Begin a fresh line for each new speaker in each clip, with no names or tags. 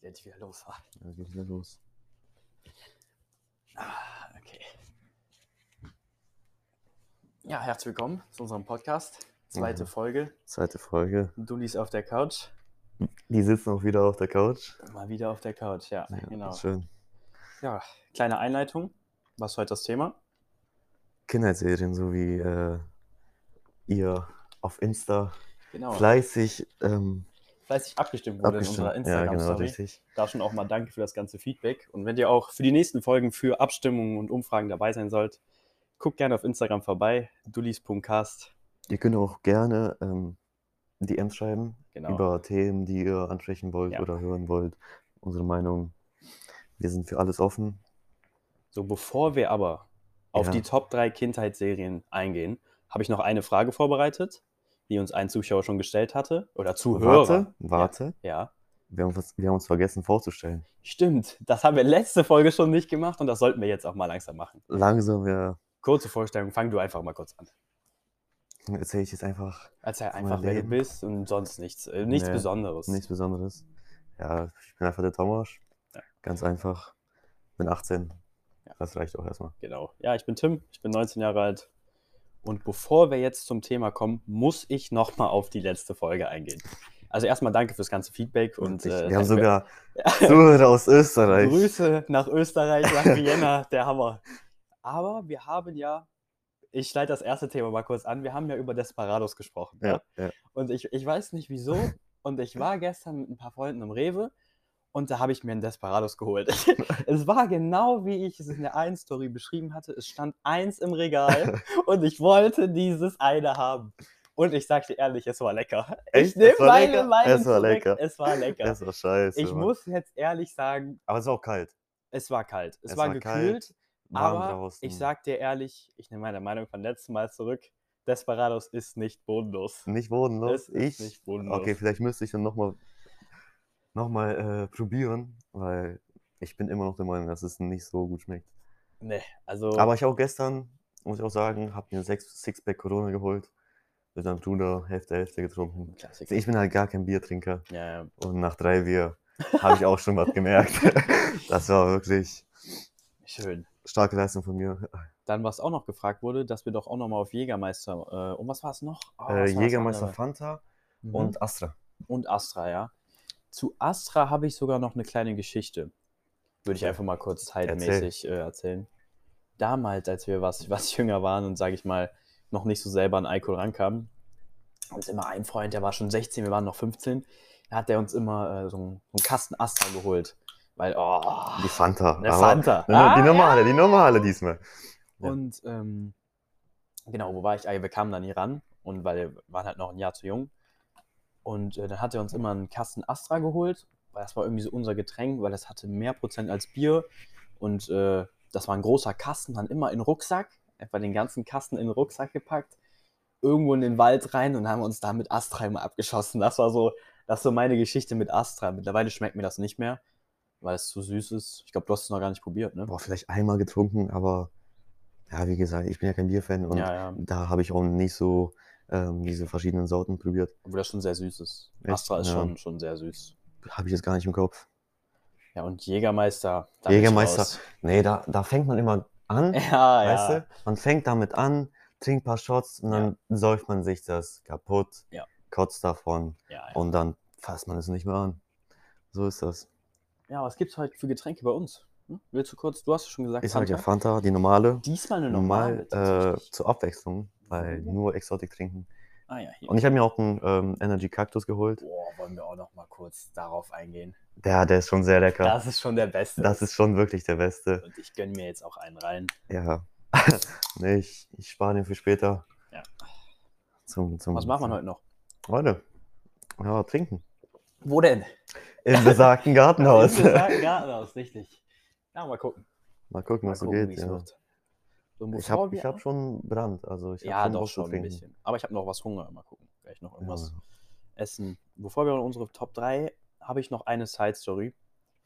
jetzt wieder los. Ah,
Ja, geht wieder los.
Ah, okay. Ja, herzlich willkommen zu unserem Podcast. Zweite
Mhm.
Folge.
Zweite Folge.
Dullis auf der Couch.
Die sitzen auch wieder auf der Couch.
Mal wieder auf der Couch, ja,
Ja,
genau.
Schön.
Ja, kleine Einleitung. Was ist heute das Thema?
Kindheitsserien, so wie äh, ihr auf Insta
Genau.
fleißig ähm,
Fleißig abgestimmt wurde in
abgestimmt.
unserer
ja, genau,
Instagram-Story.
richtig.
da schon auch mal danke für das ganze Feedback. Und wenn ihr auch für die nächsten Folgen für Abstimmungen und Umfragen dabei sein sollt, guckt gerne auf Instagram vorbei. Dullis.cast.
Ihr könnt auch gerne ähm, DMs schreiben
Genau.
über Themen, die ihr ansprechen wollt
Ja.
oder hören wollt. Unsere Meinung. Wir sind für alles offen.
So, bevor wir aber auf
Ja.
die Top 3 Kindheitsserien eingehen, habe ich noch eine Frage vorbereitet, die uns ein Zuschauer schon gestellt hatte. Oder Zuhörer.
Warte, warte.
Ja.
Wir, haben was, wir haben uns vergessen vorzustellen.
Stimmt, das haben wir letzte Folge schon nicht gemacht und das sollten wir jetzt auch mal langsam machen.
Langsam ja,
Kurze Vorstellung, fang du einfach mal kurz an.
erzähle ich jetzt einfach
Erzähl
Mein
einfach, wer du
Leben.
bist und sonst nichts. Äh, nichts
Nee,
Besonderes.
Nichts Besonderes. Ja, ich bin einfach der Thomas.
Ja.
Ganz einfach. Bin 18.
Ja.
Das reicht auch erstmal.
Genau. Ja, ich bin Tim, ich bin 19 Jahre alt. Und bevor wir jetzt zum Thema kommen, muss ich nochmal auf die letzte Folge eingehen. Also erstmal danke fürs ganze Feedback und
ich,
äh,
wir
danke-
haben sogar Zuhörer aus Österreich.
Grüße nach Österreich, nach Vienna, der Hammer. Aber wir haben ja, ich leite das erste Thema mal kurz an, wir haben ja über Desperados gesprochen. Ja.
Ja, ja.
Und ich, ich weiß nicht wieso. Und ich war gestern mit ein paar Freunden im Rewe und da habe ich mir einen Desperados geholt. es war genau wie ich es in der einen Story beschrieben hatte. Es stand eins im Regal und ich wollte dieses eine haben. Und ich sag dir ehrlich, es war lecker. Ich
Echt?
nehme
Es war
meine
lecker?
Meinung
Es war
zurück.
lecker.
Es war lecker.
Das war scheiße.
ich
Mann.
muss jetzt ehrlich sagen,
Aber es war auch kalt.
es war kalt. Es,
Es
war,
war
gekühlt,
kalt, Warm
aber
draußen.
ich sag dir ehrlich, ich nehme meine Meinung von letztem Mal zurück. Desperados ist nicht bodenlos.
Nicht bodenlos.
Es ist
Ich.
nicht bodenlos.
okay, vielleicht müsste ich dann nochmal noch mal, äh, probieren, weil ich bin immer noch der Meinung, dass es nicht so gut schmeckt.
Nee, also
Aber ich auch gestern, muss ich auch sagen, habe mir ein Sechs- Sixpack Corona geholt. Mit meinem Bruder Hälfte, Hälfte getrunken.
Klassiker.
Also ich bin halt gar kein Biertrinker.
ja, ja.
Und nach drei Bier habe ich auch schon was gemerkt. Das war wirklich
schön.
starke Leistung von mir. Äh,
Dann, was auch noch gefragt wurde, dass wir doch auch nochmal auf Jägermeister äh, und was war es noch? Oh, was war
äh,
das
Jägermeister
andere?
Fanta
Mhm.
und Astra.
und Astra, ja. Zu Astra habe ich sogar noch eine kleine Geschichte. Würde ich einfach mal kurz zeitmäßig äh, erzählen. Damals, als wir was, was jünger waren und, sage ich mal, noch nicht so selber an Alkohol rankamen, uns immer ein Freund, der war schon 16, wir waren noch 15, da hat der uns immer äh, so, einen, so einen Kasten Astra geholt. Weil, oh,
Die Fanta.
eine
aber-
Fanta. Ah,
Ne, die normale, die normale diesmal. Ja.
Und ähm, genau, wo war ich? Ah, wir kamen da nie ran und weil wir waren halt noch ein Jahr zu jung. Und äh, dann hat er uns immer einen Kasten Astra geholt, weil das war irgendwie so unser Getränk, weil das hatte mehr Prozent als Bier. Und äh, das war ein großer Kasten, dann immer in den Rucksack, einfach den ganzen Kasten in den Rucksack gepackt, irgendwo in den Wald rein und haben uns da mit Astra immer abgeschossen. Das war so, das ist so meine Geschichte mit Astra. Mittlerweile schmeckt mir das nicht mehr, weil es zu süß ist. Ich glaube, du hast es noch gar nicht probiert, ne?
Boah, vielleicht einmal getrunken, aber ja, wie gesagt, ich bin ja kein Bierfan und
ja, ja.
da habe ich auch nicht so ähm, diese verschiedenen Sorten probiert.
Obwohl das schon sehr süß ist.
Echt?
Astra ist
Ja.
schon, schon sehr süß.
Habe ich jetzt gar nicht im Kopf.
Ja, und Jägermeister. da bin ich
Jägermeister.
raus.
Nee, da, da fängt man immer an.
Ah, Ja,
Weißt
ja.
du? Man fängt damit an, trinkt ein paar Shots und dann säuft man sich das kaputt,
Ja.
kotzt davon
Ja, ja.
und dann fasst man es nicht mehr an. So ist das.
ja, was gibt's heute für Getränke bei uns? Hm? Willst du kurz? Du hast es schon gesagt.
Ich sage ja
Fanta.
Fanta, halt die normale.
Diesmal eine normale.
Normal äh,
tatsächlich.
zur Abwechslung, weil
Mhm.
nur Exotik trinken.
ah ja, hier.
Und ich habe mir auch einen ähm, Energy Cactus geholt.
Boah, wollen wir auch noch mal kurz darauf eingehen?
Der, der ist schon sehr lecker. Das,
Das ist schon der Beste.
ist schon wirklich der Beste.
Und ich gönn mir jetzt auch einen rein.
Ja. nee, ich, ich spare den für später.
Ja.
Zum, zum,
Was macht man heute noch?
Heute. Ja, trinken.
Wo denn?
Im besagten Gartenhaus.
Im besagten Gartenhaus, richtig. Ja, mal gucken.
Mal gucken,
Mal
was so
gucken, wie
geht.
es
Ja.
wird. So,
Ich
bevor
habe
wir
ich hab schon Brand, also ich habe
Ja,
schon
doch
Lust zu
schon ein
trinken.
bisschen. Aber ich habe noch was Hunger. Mal gucken. Vielleicht noch irgendwas
Ja.
essen. Bevor wir in unsere Top 3, habe ich noch eine Side-Story,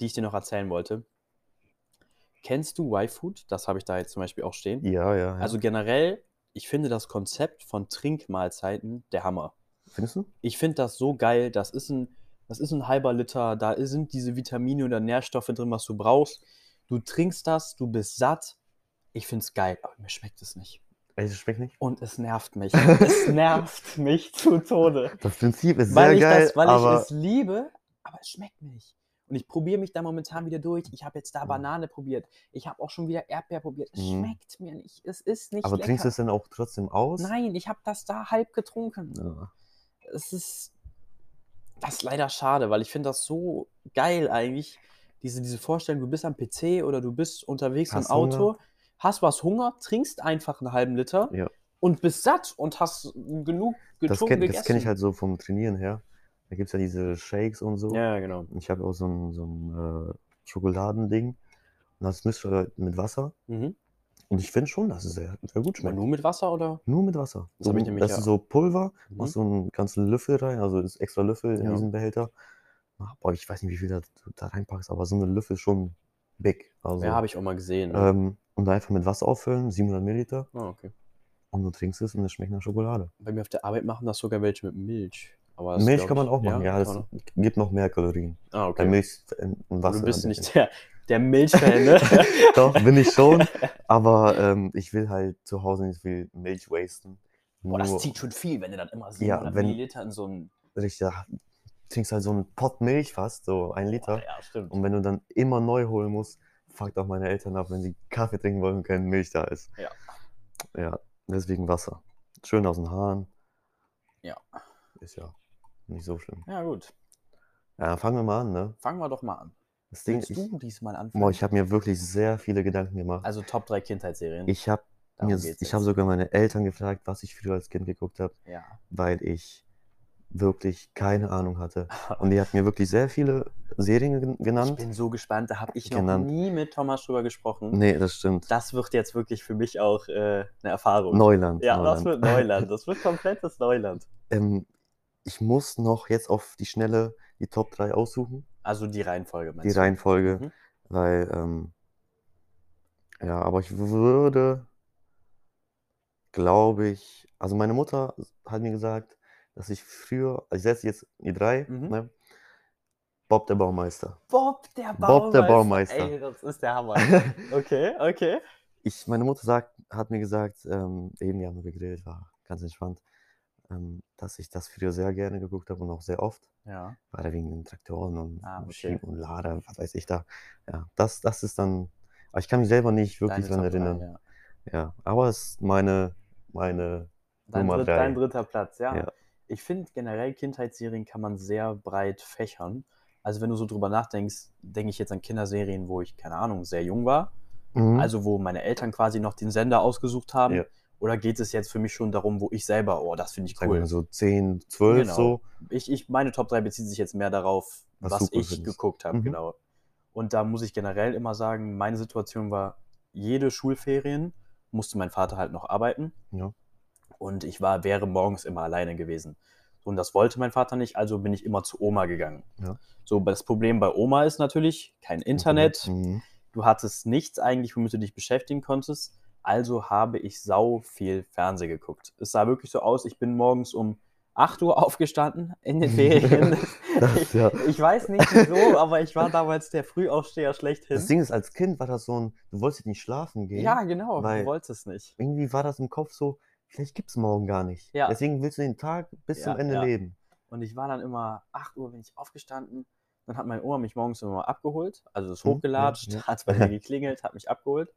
die ich dir noch erzählen wollte. Kennst du Y-Food? Das habe ich da jetzt zum Beispiel auch stehen.
Ja, ja, ja.
Also generell, ich finde das Konzept von Trinkmahlzeiten der Hammer.
findest du?
Ich finde das so geil. Das ist ein das ist ein halber Liter, da sind diese Vitamine oder Nährstoffe drin, was du brauchst. Du trinkst das, du bist satt. Ich find's geil, aber mir schmeckt es nicht.
Also schmeckt nicht.
Und es nervt mich. es nervt mich zu Tode.
Das Prinzip ist
Weil
sehr
ich
geil,
das, weil
aber
ich es liebe, aber es schmeckt nicht. Und ich probiere mich da momentan wieder durch. Ich habe jetzt da
Mhm.
Banane probiert. Ich habe auch schon wieder Erdbeer probiert. Es
Mhm.
schmeckt mir nicht. Es ist nicht
aber
lecker.
trinkst du es dann auch trotzdem aus?
Nein, ich habe das da halb getrunken.
Ja.
Es ist das ist leider schade, weil ich finde das so geil eigentlich. Diese, diese Vorstellung, du bist am PC oder du bist unterwegs
Hast
im
Hunger.
Auto, hast was Hunger, trinkst einfach einen halben Liter
Ja.
und bist satt und hast genug getrunken.
Das kenne
gegessen.
kenn ich halt so vom Trainieren her. Da gibt es ja diese Shakes und so.
Ja, genau.
Und Ich habe auch so ein, so ein äh, Schokoladending. Und das mischt du halt mit Wasser.
Mhm.
Und ich finde schon, dass es sehr, sehr
Aber
gut schmeckt.
nur mit Wasser oder?
Nur mit Wasser.
Das hab ich
So,
nämlich
das
ja-
ist so Pulver,
Mhm.
machst so einen ganzen Löffel rein, also ist extra Löffel
Ja.
in diesen Behälter. Ah, Boah, ich weiß nicht, wie viel da, du da reinpackst, aber so eine Löffel ist schon big. Also,
Hm? Ja, habe ich auch mal gesehen. ne?
ähm, und dann einfach mit Wasser auffüllen, 700 Milliliter,
Ah, okay.
und du trinkst es und es schmeckt nach Schokolade.
Bei mir auf der Arbeit machen das sogar welche mit Milch. Aber das
Milch
glaub
kann man
ich-
auch machen, ja,
kann man
das gibt noch mehr Kalorien.
auch. Ah,
Bei
okay.
Milch äh, und Wasser.
du bist
an der
nicht der, der Milchfan, ne?
Doch, bin ich schon. Aber ähm, ich will halt zu Hause nicht viel Milch wasten.
Boah, das
Nur
zieht schon viel, wenn du dann immer 700
wenn-
Milliliter in so einem.
richtig, ja, trinkst halt so einen Pott Milch fast, so ein Liter.
Ja, stimmt.
Und wenn du dann immer neu holen musst, fuckt auch meine Eltern ab, wenn sie Kaffee trinken wollen und keine Milch da ist.
Ja.
Ja, deswegen Wasser. Schön aus den Haaren.
Ja.
Ist ja nicht so schlimm.
Ja, gut.
Ja, fangen wir mal an, ne?
Fangen wir doch mal an.
Das Ding
Willst
ist,
du diesmal anfangen?
boah, ich habe mir wirklich sehr viele Gedanken gemacht.
also Top 3 Kindheitsserien.
ich habe
Darum
mir,
geht's
ich habe
jetzt.
sogar meine Eltern gefragt, was ich früher als Kind geguckt habe,
Ja.
weil ich wirklich keine Ahnung hatte. Und die hat mir wirklich sehr viele Serien gen-
Ich
genannt.
bin so gespannt, da habe ich noch
Genannt.
nie mit Thomas drüber gesprochen.
Nee, das stimmt.
Das wird jetzt wirklich für mich auch äh, eine Erfahrung.
Neuland.
ja,
Neuland.
das wird Neuland. Das wird komplettes Neuland.
Ähm, ich muss noch jetzt auf die Schnelle die Top 3 aussuchen,
Also die Reihenfolge
die
meinst du?
Reihenfolge,
Mhm.
weil, ähm, ja, aber ich würde, glaube ich, also meine Mutter hat mir gesagt, dass ich früher, also ich setze jetzt die drei,
Mhm.
ne? Bob der Baumeister.
Bob der Baumeister.
Bob der Baumeister.
Ey, das ist der Hammer. Okay, okay.
ich, meine Mutter sagt, hat mir gesagt, ähm, eben, ja, haben wir gegrillt, war ganz entspannt, ähm, dass ich das früher sehr gerne geguckt habe und auch sehr oft.
Ja.
Gerade wegen den Traktoren und
Ah, okay.
Maschinen und Lader, was weiß ich da. Ja, das, das ist dann. Aber ich kann mich selber nicht wirklich
Deine Top
dran
drei,
erinnern.
ja.
ja. aber es ist meine, meine.
Dein,
Nummer
dritt,
drei.
dein dritter Platz, ja.
Ja.
Ich finde generell Kindheitsserien kann man sehr breit fächern. Also wenn du so drüber nachdenkst, denke ich jetzt an Kinderserien, wo ich, keine Ahnung, sehr jung war.
Mhm.
Also wo meine Eltern quasi noch den Sender ausgesucht haben.
Ja.
Oder geht es jetzt für mich schon darum, wo ich selber, oh, das finde ich
sagen wir
cool.
mal so 10, 12
Genau.
so.
Ich, ich, meine Top 3 bezieht sich jetzt mehr darauf,
Was
was,
du cool
ich
findest.
geguckt habe,
Mhm.
genau. Und da muss ich generell immer sagen, meine Situation war, jede Schulferien musste mein Vater halt noch arbeiten.
Ja.
Und ich war, wäre morgens immer alleine gewesen. So, Und das wollte mein Vater nicht, also bin ich immer zu Oma gegangen.
Ja.
So, das Problem bei Oma ist natürlich kein Internet.
Mhm.
Du hattest nichts eigentlich, womit du dich beschäftigen konntest. Also habe ich sau viel Fernsehen geguckt. Es sah wirklich so aus, ich bin morgens um 8 Uhr aufgestanden in den Ferien.
Das, ja.
Ich weiß nicht wieso, aber ich war damals der Frühaufsteher
das
schlechthin.
Ding ist, als Kind war das so ein, du wolltest nicht schlafen gehen.
Ja, genau,
weil-
du wolltest nicht.
Irgendwie war das im Kopf so, vielleicht gibt es morgen gar nicht.
Ja.
Deswegen willst du den Tag bis
Ja,
zum Ende
ja.
leben.
Und ich war dann immer 8 Uhr, bin ich aufgestanden. Dann hat meine Oma mich morgens immer abgeholt, also ist
Hm, ja,
hochgelatscht,
ja.
hat bei mir geklingelt, hat mich abgeholt.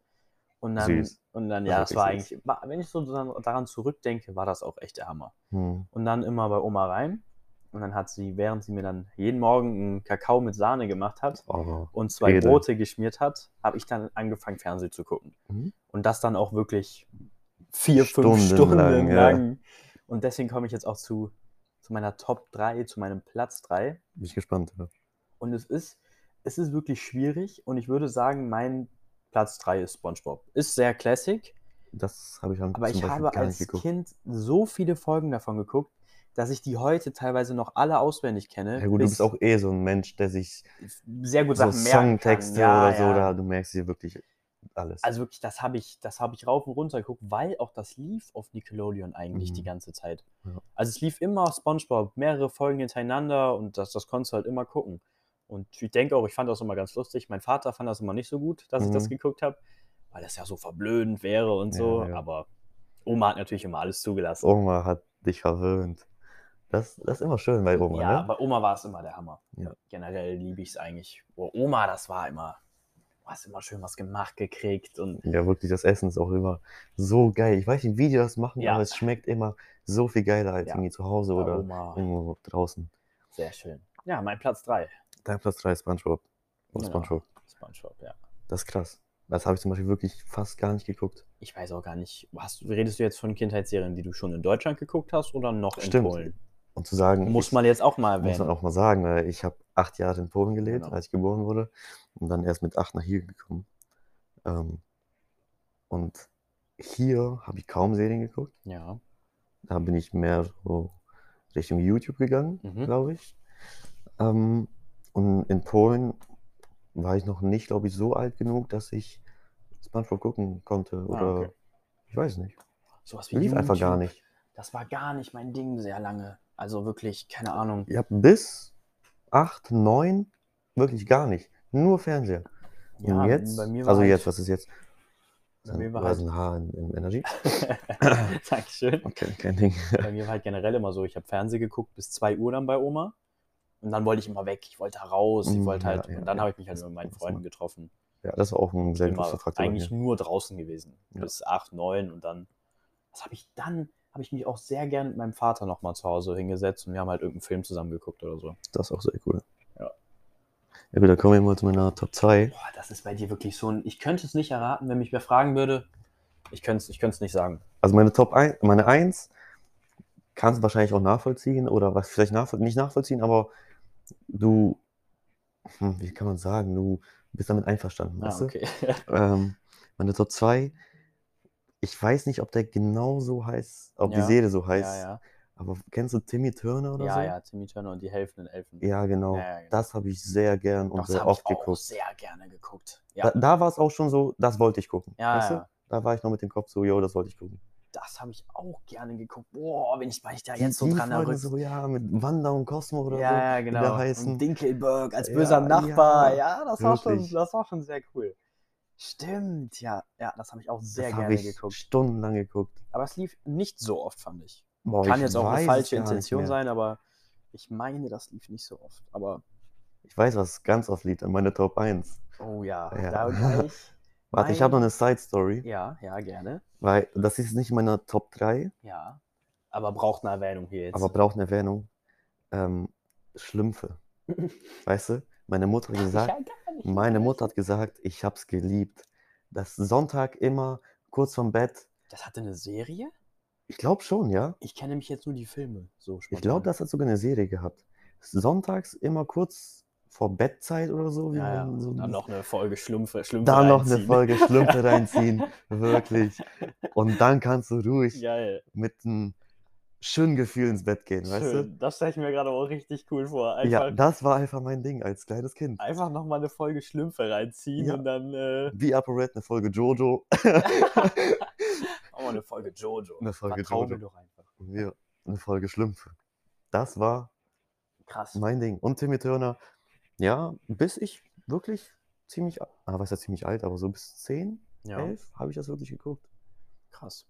Und dann,
Süß.
und dann,
Das
ja,
ist
das war
wirklich
eigentlich, war, wenn ich so daran daran zurückdenke, war das auch echt der Hammer.
Mhm.
Und dann immer bei Oma rein. Und dann hat sie, während sie mir dann jeden Morgen einen Kakao mit Sahne gemacht hat
Aber
und zwei
Edel.
Brote geschmiert hat, habe ich dann angefangen, Fernsehen zu gucken.
Mhm.
Und das dann auch wirklich vier, fünf Stunden
Stundenlang,
lang.
ja.
Und deswegen komme ich jetzt auch zu, zu meiner Top 3, zu meinem Platz 3.
bin ich gespannt. Ja.
Und es ist, es ist wirklich schwierig. Und ich würde sagen, mein Platz 3 ist SpongeBob. Ist sehr classic,
Das habe ich am-
aber
zum
ich
Beispiel
habe
gar
als
nicht geguckt.
Kind so viele Folgen davon geguckt, dass ich die heute teilweise noch alle auswendig kenne.
Ja gut, du
ne, bis-
bist auch eh so ein Mensch, der sich
sehr gut
so
Sachen merken kann.
Songtexte
Ja,
oder so,
ja.
da du merkst dir wirklich alles.
Also wirklich, das habe ich, das habe ich rauf und runter geguckt, weil auch das lief auf Nickelodeon eigentlich
Mhm.
die ganze Zeit.
Ja.
Also es lief immer SpongeBob, mehrere Folgen hintereinander und das, das konntest du halt immer gucken. Und ich denke auch, ich fand das immer ganz lustig. Mein Vater fand das immer nicht so gut, dass ich das
Mhm.
geguckt habe, weil das ja so verblödend wäre und
Ja,
so.
ja.
Aber Oma hat natürlich immer alles zugelassen.
Oma hat dich verwöhnt. Das, das ist immer schön bei Oma,
ja,
ne?
bei Oma war es immer der Hammer.
Ja.
Generell liebe ich es eigentlich. Boah, Oma, das war immer, du hast immer schön was gemacht gekriegt und
Ja, wirklich, das Essen ist auch immer so geil. Ich weiß nicht, wie die das machen,
Ja.
aber es schmeckt immer so viel geiler als
Ja.
irgendwie zu Hause
bei
oder
Oma,
irgendwo draußen.
sehr schön. Ja, mein Platz 3.
Dein Platz 3 ist Spongebob. Oder
Ja.
Spongebob.
Spongebob, ja.
Das ist krass. Das habe ich zum Beispiel wirklich fast gar nicht geguckt.
Ich weiß auch gar nicht, hast, redest du jetzt von Kindheitsserien, die du schon in Deutschland geguckt hast oder noch in
Stimmt.
Polen?
Und zu sagen,
Muss
ich,
man jetzt auch mal
muss man
erwähnen.
auch mal sagen, weil ich habe acht Jahre in Polen gelebt,
Genau.
als ich geboren wurde. Und dann erst mit acht nach hier gekommen. Ähm, und hier habe ich kaum Serien geguckt.
Ja.
Da bin ich mehr so Richtung YouTube gegangen,
Mhm.
glaube ich. Ähm, und in Polen war ich noch nicht, glaube ich, so alt genug, dass ich SpongeBob gucken konnte. Oder
Ah, okay.
ich weiß nicht.
Sowas wie
Lief einfach gar
YouTube,
nicht.
Das war gar nicht mein Ding sehr lange. Also wirklich, keine Ahnung.
Ich habe bis 8, 9 wirklich gar nicht. Nur Fernseher. und jetzt,
bei mir war
also
halt,
jetzt, was ist jetzt?
Bei mir war
Da ist
halt,
ein Haar in, in Energy.
Dankeschön.
Okay, kein Ding.
Bei mir war halt generell immer so, ich habe Fernsehen geguckt bis 2 Uhr dann bei Oma. Und dann wollte ich immer weg, ich wollte raus, ich
Mm,
wollte halt,
ja, ja,
und dann
ja.
habe ich mich halt
Das-
mit meinen
das
Freunden
macht-
getroffen.
Ja, das ist auch ein sehr großer
immer
Faktor. bei mir.
Genau, eigentlich nur draußen gewesen.
Ja.
Bis 8, 9 und dann, was habe ich dann, habe ich mich auch sehr gern mit meinem Vater nochmal zu Hause hingesetzt und wir haben halt irgendeinen Film zusammen geguckt oder so.
Das ist auch sehr cool.
Ja.
Ja gut, dann kommen wir mal zu meiner Top 2.
Boah, das ist bei dir wirklich so ein, ich könnte es nicht erraten, wenn mich wer fragen würde. Ich könnte es ich könnte es nicht sagen.
Also meine Top 1, meine 1 kannst du wahrscheinlich auch nachvollziehen oder was vielleicht nachvoll nicht nachvollziehen, aber du, hm, wie kann man sagen, du bist damit einverstanden,
Ah,
weißt du?
okay.
Ähm, meine Top 2, ich weiß nicht, ob der genau so heißt, ob die
Ja,
Serie so heißt,
ja, ja.
aber kennst du Timmy Turner oder
ja,
so?
ja, Timmy Turner und die helfenden Elfen.
Ja, genau.
Ja, ja, genau.
Das habe ich sehr gern und
Doch, das
sehr
habe ich
oft
auch
geguckt.
sehr gerne geguckt. Ja,
Da, da war es auch schon so, das wollte ich gucken.
Ja,
weißt
ja.
du? Da war ich noch mit dem Kopf so, yo, das wollte ich gucken.
das habe ich auch gerne geguckt. Boah, wenn ich, wenn ich da
Die-
jetzt so
die
dran
Folgen
erinnere.
so, ja, mit Wanda und Cosmo oder so.
ja, ja,
der
genau.
heißen.
Und Dinkelberg als
Ja,
böser Nachbar.
ja,
Ja, das, war schon,
wirklich.
das war schon sehr cool. Stimmt, ja. Ja, das habe ich auch sehr
das hab
gerne
ich
geguckt.
stundenlang geguckt.
Aber es lief nicht so oft, fand ich.
Boah,
Kann
ich
jetzt auch
weiß
eine
es
falsche
gar nicht
Intention
mehr.
sein, aber ich meine, das lief nicht so oft. Aber,
Ich weiß, was ganz oft liegt an meine Top 1.
oh ja,
Ja.
da gleich.
Warte, ich
Mein-
habe noch eine Side-Story,
Ja, ja, gerne.
weil das ist nicht in meiner Top 3,
Ja. Aber braucht eine Erwähnung hier jetzt.
aber braucht eine Erwähnung. Ähm, Schlümpfe. weißt du? Meine Mutter hat gesagt, meine Mutter hat gesagt, ich hab's geliebt. Das Sonntag immer kurz vom Bett.
Das hatte eine Serie?
Ich glaube schon, ja.
Ich kenne nämlich jetzt nur die Filme. So
Ich
spontan.
glaube, das hat sogar eine Serie gehabt. Sonntags immer kurz vor Bettzeit oder so. wie
Ja, ja.
man so
Dann noch eine Folge Schlumpfe. Schlümpfe
da noch eine
reinziehen.
Folge Schlümpfe reinziehen. Wirklich. Und dann kannst du ruhig
Geil.
mit einem schönen Gefühl ins Bett gehen, weißt
Schön.
du?
Das stelle ich mir gerade auch richtig cool vor. Einfach,
Ja, das war einfach mein Ding als kleines Kind.
einfach nochmal eine Folge Schlümpfe reinziehen
Ja.
und dann äh,
Wie ApoRed, eine Folge Jojo.
auch mal eine Folge Jojo.
Eine Folge
Vertrau
Jojo.
mir doch einfach.
Und wir eine Folge Schlümpfe. Das war
Krass.
mein Ding. Und Timmy Turner, ja, bis ich wirklich ziemlich, a- ah, was ja ziemlich alt, aber so bis 10,
ja,
11 habe ich das wirklich geguckt.
krass.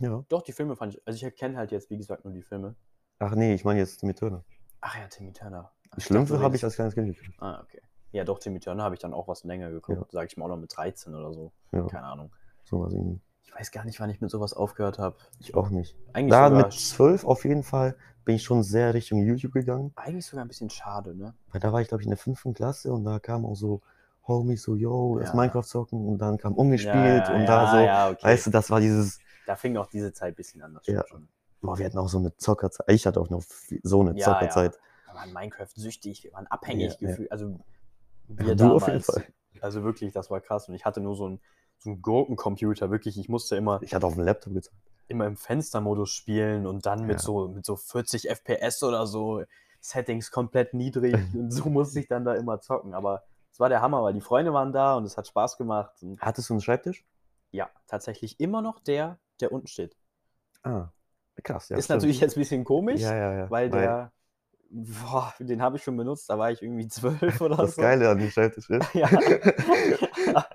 Ja.
Doch, die Filme fand ich. Also ich erkenne halt jetzt, wie gesagt, nur die Filme.
Ach nee, ich meine jetzt Timmy Turner.
Ach ja, Timmy Turner. Ach, ich dachte,
Schlümpfe
du
habe ich
redest-
als kleines Kind geguckt.
Ah, okay. Ja, doch, Timmy Turner habe ich dann auch was länger geguckt. Sag ich mal auch noch mit 13 oder so.
Ja,
Keine Ahnung.
sowas irgendwie.
Ich weiß gar nicht, wann ich mit sowas aufgehört habe.
Ich auch nicht.
Eigentlich,
Da
sogar,
mit 12 auf jeden Fall bin ich schon sehr Richtung YouTube gegangen.
eigentlich sogar ein bisschen schade, ne?
Weil da war ich, glaube ich, in der fünften Klasse und da kamen auch so Homies, so, yo, das
Ja.
Minecraft zocken und dann kam umgespielt
Ja,
und
ja,
da so,
Ja, okay.
weißt du, das war dieses,
da fing auch diese Zeit ein bisschen anders
Ja.
schon.
boah, wir hatten auch so eine Zockerzeit. Ich hatte auch noch viel- so eine
Ja,
Zockerzeit.
Wir waren Minecraft süchtig, wir waren abhängig
Ja, ja.
gefühlt. Also wir
Ja, du
damals.
auf jeden Fall.
Also wirklich, das war krass. Und ich hatte nur so einen, so einen Gurkencomputer, wirklich. Ich musste immer,
Ich hatte auf dem Laptop gezockt.
immer im Fenstermodus spielen und dann mit,
Ja.
so, mit so 40 FPS oder so. Settings komplett niedrig und so musste ich dann da immer zocken. Aber Es war der Hammer, weil die Freunde waren da und es hat Spaß gemacht. Und
Hattest du einen Schreibtisch?
ja, tatsächlich immer noch der, der unten steht.
Ah, krass, ja.
ist
stimmt.
natürlich jetzt ein bisschen komisch,
Ja, ja, ja.
weil der, boah, den habe ich schon benutzt, da war ich irgendwie zwölf oder
Das
so.
Geile an dem Schreibtisch ist, ne?
Ja,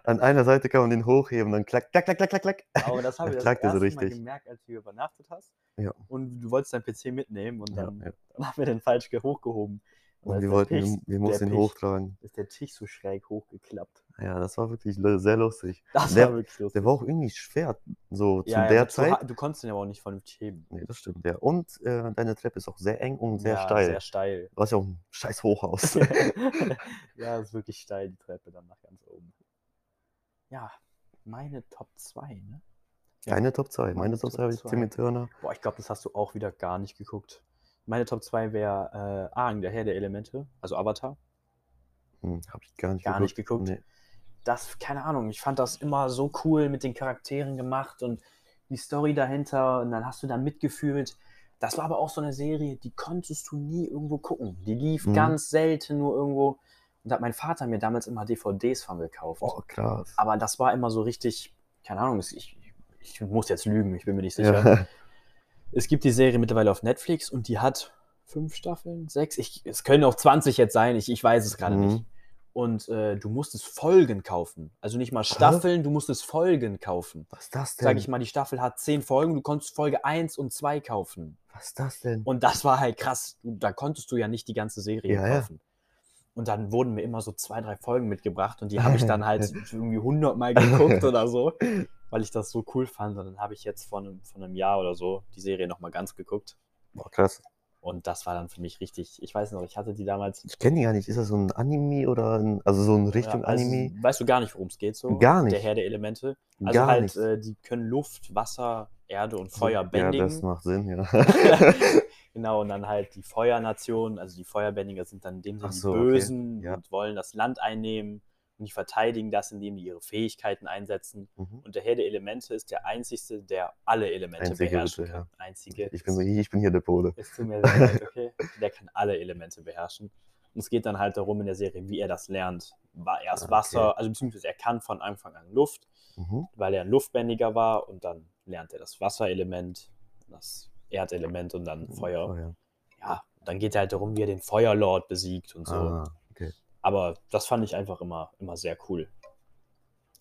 an einer Seite kann man den hochheben, dann klack, klack, klack, klack, klack, klack.
aber das habe
Das
ich das
klagt dir
erste
so
Mal
richtig.
gemerkt, als du hier übernachtet hast.
Ja.
Und du wolltest deinen PC mitnehmen und
Ja,
dann,
ja.
dann haben wir den falsch ge- hochgehoben. dann
Und
ist
wir
der
wollten, wir,
Tisch-
wir
der
mussten ihn
Tisch-
hochtragen.
Ist der Tisch so schräg hochgeklappt.
Ja, das war wirklich lu- sehr lustig.
Das
Der-
war wirklich lustig.
Der war auch irgendwie schwer, so zu
Ja, ja,
der
du-
Zeit.
Du, du konntest ihn aber auch nicht vernünftig heben.
Nee, das stimmt, ja. Und äh, deine Treppe ist auch sehr eng und sehr
ja,
steil.
Sehr steil.
Du hast ja auch ein scheiß Hochhaus.
ja, ist wirklich steil, die Treppe dann nach ganz oben. Ja, meine Top 2, ne? Ja.
Deine Top 2. Meine
Meine
Top
Top
2 habe ich
zwei.
Timmy Turner.
Boah, ich glaube, das hast du auch wieder gar nicht geguckt. Meine Top 2 wäre äh, Aang, der Herr der Elemente, also Avatar.
Hm, habe ich gar nicht
Gar nicht geguckt.
Nee.
Das, keine Ahnung, ich fand das immer so cool mit den Charakteren gemacht und die Story dahinter und dann hast du da mitgefühlt. Das war aber auch so eine Serie, die konntest du nie irgendwo gucken. Die lief
Mhm.
ganz selten nur irgendwo. Und da hat mein Vater mir damals immer DVDs von gekauft.
Boah, krass.
Aber das war immer so richtig, keine Ahnung, es- ich, ich muss jetzt lügen, ich bin mir nicht sicher.
Ja.
Es gibt die Serie mittlerweile auf Netflix und die hat fünf Staffeln, sechs, ich, es können auch 20 jetzt sein, ich, ich weiß es gerade
Mhm.
nicht. Und äh, du musstest Folgen kaufen. Also nicht mal Staffeln, du musstest Folgen kaufen.
Was ist das denn?
Sag ich mal, die Staffel hat zehn Folgen, du konntest Folge 1 und 2 kaufen.
Was ist das denn?
Und das war halt krass. Du- Da konntest du ja nicht die ganze Serie
Ja, ja.
kaufen. Und dann wurden mir immer so zwei, drei Folgen mitgebracht und die habe ich dann halt irgendwie hundertmal geguckt oder so, weil ich das so cool fand. Und dann habe ich jetzt vor einem, vor einem Jahr oder so die Serie nochmal ganz geguckt.
Boah, krass.
Und das war dann für mich richtig, ich weiß noch, ich hatte die damals.
Ich kenne die gar nicht. Ist das so ein Anime oder ein, also so ein Richtung
ja, also,
Anime?
Weißt du gar nicht, worum es geht so?
Gar nicht.
Der Herr der Elemente. Also
Gar
halt,
nicht.
Äh, die können Luft, Wasser, Erde und Feuer
ja,
bändigen.
das macht Sinn, ja.
Genau, und dann halt die Feuernation, also die Feuerbändiger sind dann in dem Sinne
Ach so,
die
okay,
Bösen
ja.
und wollen das Land einnehmen und die verteidigen das, indem die ihre Fähigkeiten einsetzen.
Mhm.
Und der Herr der Elemente ist der Einzigste, der alle Elemente
Einzige,
beherrschen
bitte,
kann. Einzige.
Ich bin, so, ich bin hier der Pole.
Es tut mir sehr leid, okay? Der kann alle Elemente beherrschen. Und es geht dann halt darum in der Serie, wie er das lernt. War erst
Ah, okay.
Wasser, also beziehungsweise er kann von Anfang an Luft,
Mhm.
weil er ein Luftbändiger war und dann lernt er das Wasserelement, das Erdelement und dann Feuer ja, dann geht er halt darum, wie er den Feuerlord besiegt und so.
Ah,
Aber das fand ich einfach immer, immer sehr cool.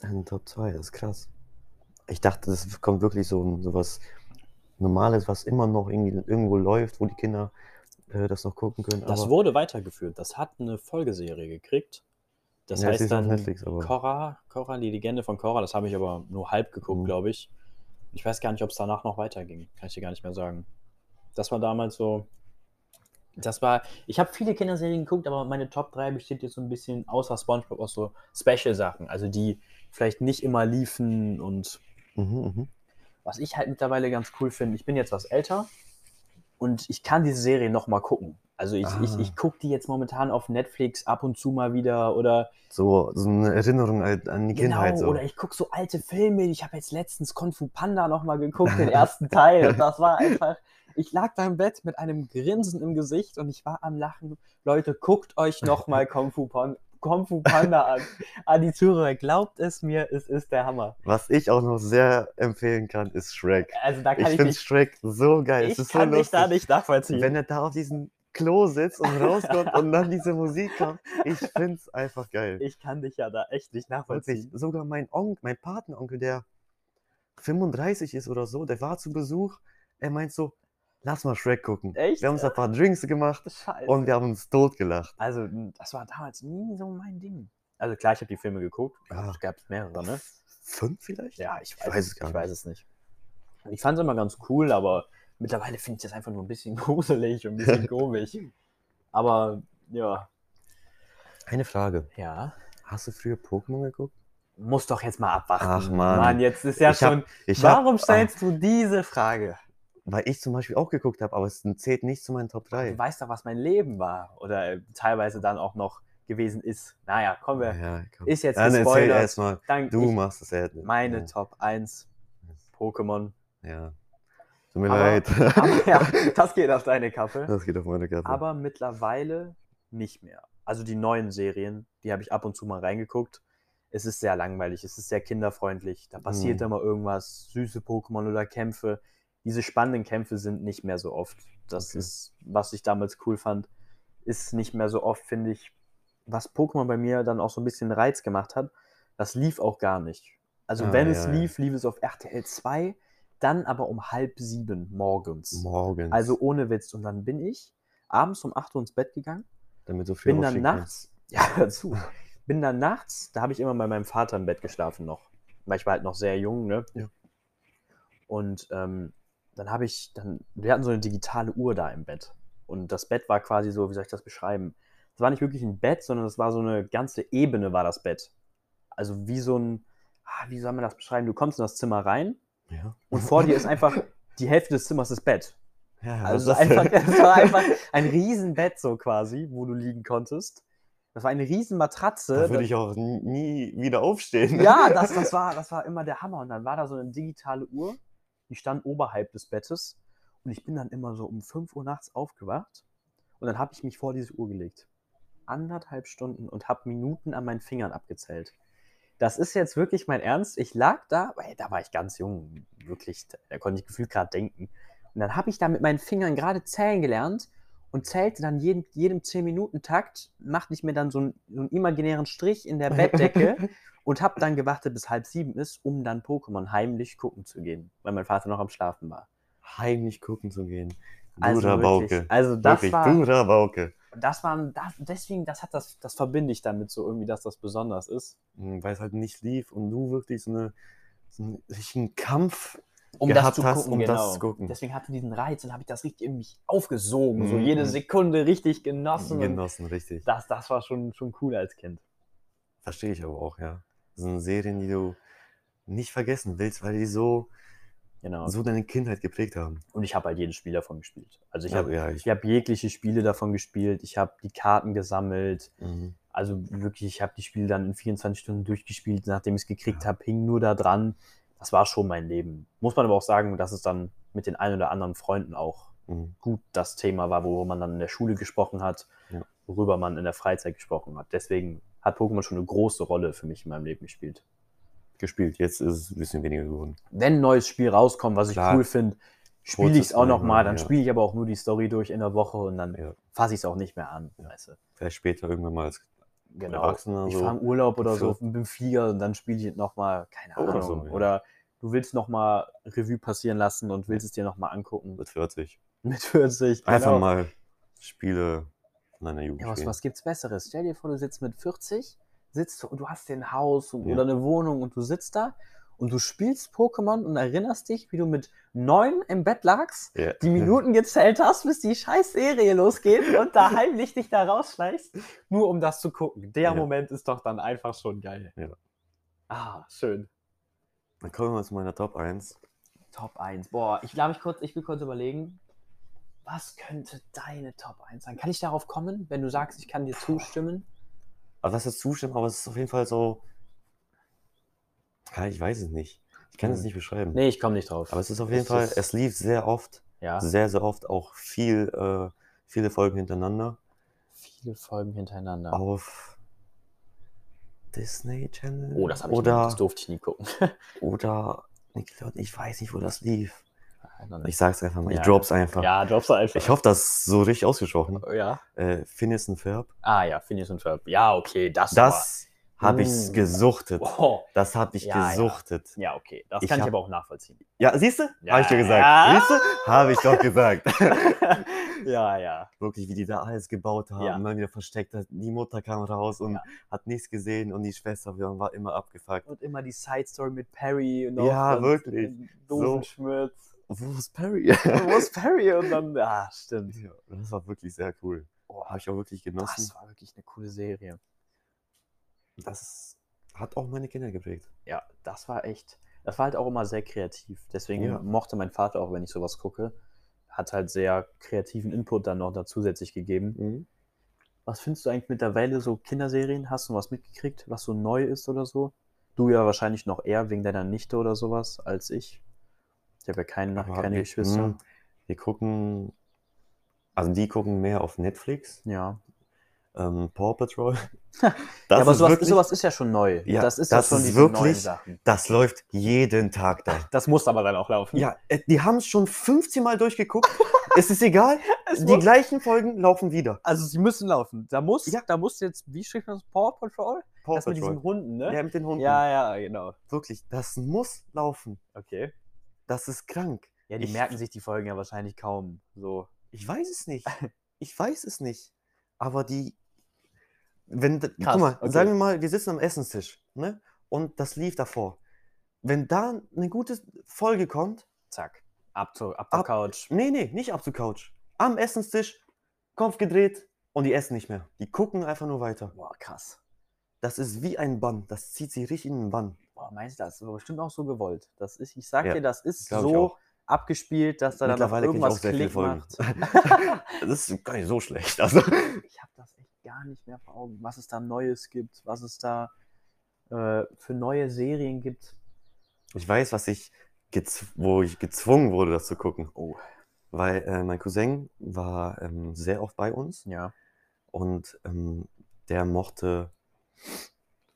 deine Top 2, das ist krass. Ich dachte, das kommt wirklich so, ein- so was Normales, was immer noch irgendwie irgendwo läuft, wo die Kinder äh, das noch gucken können.
Das
aber-
wurde weitergeführt. Das hat eine Folgeserie gekriegt. Das
Ja, es
heißt
ist auf
dann
Netflix, aber-
Korra, Korra, die Legende von Korra. Das habe ich aber nur halb geguckt,
Mhm.
glaube ich. Ich weiß gar nicht, ob es danach noch weiterging. Kann ich dir gar nicht mehr sagen. Das war damals so. Das war. Ich habe viele Kinderserien geguckt, aber meine Top 3 besteht jetzt so ein bisschen außer SpongeBob aus so Special-Sachen. Also die vielleicht nicht immer liefen und
Mhm, mhm.
Was ich halt mittlerweile ganz cool finde, ich bin jetzt was älter und ich kann diese Serie nochmal gucken. Also ich, ich,
Ah.
ich gucke die jetzt momentan auf Netflix ab und zu mal wieder oder,
So, so eine Erinnerung halt an die Kindheit. So.
Genau, oder ich gucke so alte Filme. Ich habe jetzt letztens Kung Fu Panda nochmal geguckt, den ersten Teil. Und das war einfach, ich lag da im Bett mit einem Grinsen im Gesicht und ich war am Lachen. Leute, guckt euch nochmal Kung Fu Panda. Kung Fu Panda an. An die Zuhörer, glaubt es mir, es ist der Hammer.
Was ich auch noch sehr empfehlen kann, ist Shrek.
Also da
Ich
kann ich,
finde
nicht,
Shrek so geil.
ich
es ist
kann
so
dich da
lustig.
nicht nachvollziehen.
Wenn er da auf diesem Klo sitzt und rauskommt und dann diese Musik kommt, ich finde es einfach geil.
Ich kann dich ja da echt nicht
Wirklich,
nachvollziehen.
sogar mein Onkel, mein Patenonkel, der 35 ist oder so, der war zu Besuch. Er meint so, lass mal Shrek gucken.
Echt?
Wir haben uns ein paar Drinks gemacht
Scheiße.
und wir haben uns totgelacht.
also, m, das war damals nie so mein Ding. Also klar, ich habe die Filme geguckt. Ich glaub,
Ja.
Es gab mehrere, ne?
Fünf vielleicht?
Ja, ich weiß,
weiß
es
es gar
ich
nicht.
weiß es nicht. Ich fand es immer ganz cool, aber mittlerweile finde ich das einfach nur ein bisschen gruselig und ein bisschen komisch. Aber ja,
Eine Frage.
ja.
Hast du früher Pokémon geguckt?
Muss doch jetzt mal abwarten.
Ach, Mann.
Mann, jetzt ist ja
Ich hab-
schon.
Ich hab- Ah.
warum stellst du diese Frage?
Weil ich zum Beispiel auch geguckt habe, aber es zählt nicht zu meinen Top 3.
Du weißt doch, was mein Leben war. Oder äh, teilweise dann auch noch gewesen ist. Naja, kommen wir.
ja, komm.
Ist jetzt
Dann erzähl
gespoilert.
erstmal.
Dank
Du
ich,
machst es ja.
meine
ja.
Top 1 Pokémon.
Ja. Tut mir
Aber-
leid.
Aber ja, das geht auf deine Kappe.
Das geht auf meine Kappe.
Aber mittlerweile nicht mehr. also die neuen Serien, die habe ich ab und zu mal reingeguckt. Es ist sehr langweilig, es ist sehr kinderfreundlich. Da passiert
Mhm.
immer irgendwas, süße Pokémon oder Kämpfe. Diese spannenden Kämpfe sind nicht mehr so oft. Das
Okay.
ist, was ich damals cool fand, ist nicht mehr so oft, finde ich. Was Pokémon bei mir dann auch so ein bisschen Reiz gemacht hat, das lief auch gar nicht. Also
Ah,
wenn es
ja, ja.
lief, lief es auf RTL 2, dann aber um halb sieben morgens.
Morgens.
Also ohne Witz. Und dann bin ich abends um 8 Uhr ins Bett gegangen,
damit so viel
bin dann
rauschicken
nachts, ja, hör zu, bin dann nachts, da habe ich immer bei meinem Vater im Bett geschlafen noch, weil ich war halt noch sehr jung, ne?
Ja.
Und ähm, dann habe ich, dann, wir hatten so eine digitale Uhr da im Bett. Und das Bett war quasi so, wie soll ich das beschreiben? Es war nicht wirklich ein Bett, sondern es war so eine ganze Ebene war das Bett. Also wie so ein, ah, wie soll man das beschreiben? Du kommst in das Zimmer rein
kann. Ja.
und vor dir ist einfach die Hälfte des Zimmers das Bett.
Ja,
Also
was ist das
einfach,
denn?
es war einfach ein Riesenbett so quasi, wo du liegen konntest. Das war eine Riesenmatratze.
Da würde ich auch n- nie wieder aufstehen.
ja, das, das, war, das war immer der Hammer. Und dann war da so eine digitale Uhr, die stand oberhalb des Bettes. Und ich bin dann immer so um 5 Uhr nachts aufgewacht. Und dann habe ich mich vor diese Uhr gelegt. Anderthalb Stunden und habe Minuten an meinen Fingern abgezählt. Das ist jetzt wirklich mein Ernst. Ich lag da, weil da war ich ganz jung, wirklich, da- da konnte ich gefühlt gerade denken. Und dann habe ich da mit meinen Fingern gerade zählen gelernt und zählte dann jedem, jedem 10-Minuten-Takt, machte ich mir dann so einen, so einen imaginären Strich in der Bettdecke und habe dann gewartet, bis halb sieben ist, um dann Pokémon heimlich gucken zu gehen, weil mein Vater noch am Schlafen war.
Heimlich gucken zu gehen.
Also
Duda
wirklich,
Bauke.
also das
wirklich,
war,
Duda Bauke.
das waren, das, deswegen, das hat das, das verbinde ich damit so irgendwie, dass das besonders ist.
Hm, Weil es halt nicht lief und du wirklich so, eine, so einen richtigen Kampf.
Um das
Gehabt
zu
hast,
gucken,
um das
genau.
zu gucken.
Deswegen hatte diesen Reiz und habe ich das richtig in mich aufgesogen, so
Mhm. Genau.
jede Sekunde richtig genossen. Und
Genossen, richtig.
das, das war schon, schon cool als Kind.
Verstehe ich aber auch, ja. Das sind Serien, die du nicht vergessen willst, weil die so,
Genau.
so deine Kindheit geprägt haben.
Und ich habe halt jedes Spiel davon gespielt. Also ich
Ja,
habe
ja, ich,
ich hab jegliche Spiele davon gespielt, ich habe die Karten gesammelt,
mhm.
Also wirklich, ich habe die Spiele dann in 24 Stunden durchgespielt, nachdem ich es gekriegt
Ja.
habe, hing nur da dran. Das war schon mein Leben. Muss man aber auch sagen, dass es dann mit den ein oder anderen Freunden auch
Mhm.
gut das Thema war, worüber man dann in der Schule gesprochen hat,
Ja.
worüber man in der Freizeit gesprochen hat. Deswegen hat Pokémon schon eine große Rolle für mich in meinem Leben gespielt.
gespielt. Jetzt ist es ein bisschen weniger geworden.
Wenn ein neues Spiel rauskommt, was ich
Klar.
cool finde, spiele
Holst
ich es
es
auch
mal,
nochmal. Dann
ja.
spiele ich aber auch nur die Story durch in der Woche und dann
Ja.
fasse ich es auch nicht mehr an.
Ja.
Weißt du?
Vielleicht später irgendwann mal als
Genau.
Erwachsener
Ich
so.
fahre im Urlaub oder so,
Gefühlt.
bin im Flieger und dann spiele ich nochmal, keine
Oder
Ahnung.
so, ja.
Oder du willst nochmal Revue passieren lassen und willst es dir nochmal angucken.
mit 40.
Mit 40.
Einfach
genau.
mal Spiele von deiner Jugend
Ja, was,
spielen.
was gibt's Besseres? Stell dir vor, du sitzt mit 40, sitzt du- und du hast ein Haus und,
Ja.
oder eine Wohnung und du sitzt da und du spielst Pokémon und erinnerst dich, wie du mit neun im Bett lagst,
Ja.
die Minuten gezählt hast, bis die scheiß Serie losgeht und da heimlich dich da rausschleichst, nur um das zu gucken. Der
Ja.
Moment ist doch dann einfach schon geil.
Ja.
Ah, schön.
Dann kommen wir zu meiner Top 1.
Top 1. Boah, ich glaube, ich, kurz, ich will kurz überlegen, was könnte deine Top 1 sein? Kann ich darauf kommen, wenn du sagst, ich kann dir zustimmen?
Also das ist zustimmen, aber es ist auf jeden Fall so. Ja, ich weiß es nicht. Ich kann es
Hm.
nicht beschreiben.
Nee, ich komme nicht drauf.
Aber es ist auf jeden
Es
Fall,
ist-
es lief sehr oft,
ja,
sehr, sehr oft auch viel, äh, viele Folgen hintereinander
viele Folgen hintereinander.
auf Disney Channel.
Oh, das habe ich nie,
oder,
das durfte ich nie gucken.
oder Nickelodeon. Ich weiß nicht, wo das lief. Ich
ich,
sag's einfach mal.
Ja.
Ich drop's einfach.
ja, drops einfach.
Ich hoffe, das ist so richtig ausgesprochen.
ja.
Äh, Phineas und Ferb.
Ah ja, Phineas und Ferb. Ja, okay, das,
Das habe
Mm.
ich gesuchtet.
war... Oh,
Das habe ich
Ja, ja.
gesuchtet.
ja, okay, das
Ich
kann ich
hab-
aber auch nachvollziehen.
Ja, siehst du?
Ja.
Habe ich dir gesagt.
Ja.
Siehst du? Habe ich doch gesagt.
ja, ja.
Wirklich, wie die da alles gebaut haben,
Ja.
immer wieder versteckt. hat. Die Mutter kam raus und
Ja.
hat nichts gesehen und die Schwester war immer abgefuckt.
Und immer die Side-Story mit Perry noch
Ja,
und
wirklich.
Dosen
So.
Schmürz.
Wo ist Perry?
Wo ist Perry? Und dann, ah, stimmt.
Ja, das war wirklich sehr cool.
Oh,
Habe ich auch wirklich genossen.
das war wirklich eine coole Serie.
Das hat auch meine Kinder geprägt.
Ja, das war echt. Das war halt auch immer sehr kreativ. Deswegen
Ja.
mochte mein Vater auch, wenn ich sowas gucke. Hat halt sehr kreativen Input dann noch da zusätzlich gegeben.
Mhm.
Was findest du eigentlich mittlerweile so Kinderserien? Hast du was mitgekriegt, was so neu ist oder so? Du ja wahrscheinlich noch eher wegen deiner Nichte oder sowas als ich. Ich habe ja keine,
Aber
keine
wir,
Geschwister.
Mhm. mh, Wir gucken, also die gucken mehr auf Netflix.
Ja.
ähm, Paw Patrol.
Ja,
Das
aber
ist
sowas,
wirklich,
sowas ist ja schon neu.
Ja,
das ist ja
das
schon
ist
diese neuen
wirklich-
Sachen.
das läuft jeden Tag da.
Das muss aber dann auch laufen.
Ja, äh, die haben es schon 15 Mal durchgeguckt. es ist egal.
Es
Die
muss-
gleichen Folgen laufen wieder.
also sie müssen laufen. Da muss,
Ja.
da muss jetzt, wie schrieb man das? Power Patrol?
Paw
das mit diesen Hunden, ne?
Ja, mit den Hunden.
Ja, ja, genau.
Wirklich, das muss laufen.
Okay.
Das ist krank.
Ja, die
Ich-
merken sich die Folgen ja wahrscheinlich kaum. So.
Ich weiß es nicht. Ich weiß es nicht. Aber die. Wenn, da-
Krass,
guck mal,
okay.
sagen wir mal, wir sitzen am Essenstisch, ne? Und das lief davor. Wenn da eine gute Folge kommt,
Zack. Ab zur, ab zur
Ab-
Couch.
nee, nee, nicht ab zur Couch. Am Essenstisch, Kopf gedreht und die essen nicht mehr. Die gucken einfach nur weiter.
Boah, krass.
Das ist wie ein Bann. Das zieht sie richtig in den Bann.
Boah, meinst du das? War bestimmt auch so gewollt. Das ist, ich sag
Ja,
dir, das ist
glaub ich
so
auch.
abgespielt, dass da dann noch
Mittlerweile kenn ich auch
irgendwas
sehr viele
Klick
Folgen.
macht.
Das ist gar nicht so schlecht. Also.
ich habe das echt gar nicht mehr vor Augen, was es da Neues gibt, was es da äh, für neue Serien gibt.
Ich weiß, was ich gezw- wo ich gezwungen wurde, das zu gucken.
Oh.
Weil äh, mein Cousin war ähm, sehr oft bei uns
Ja.
und ähm, der mochte.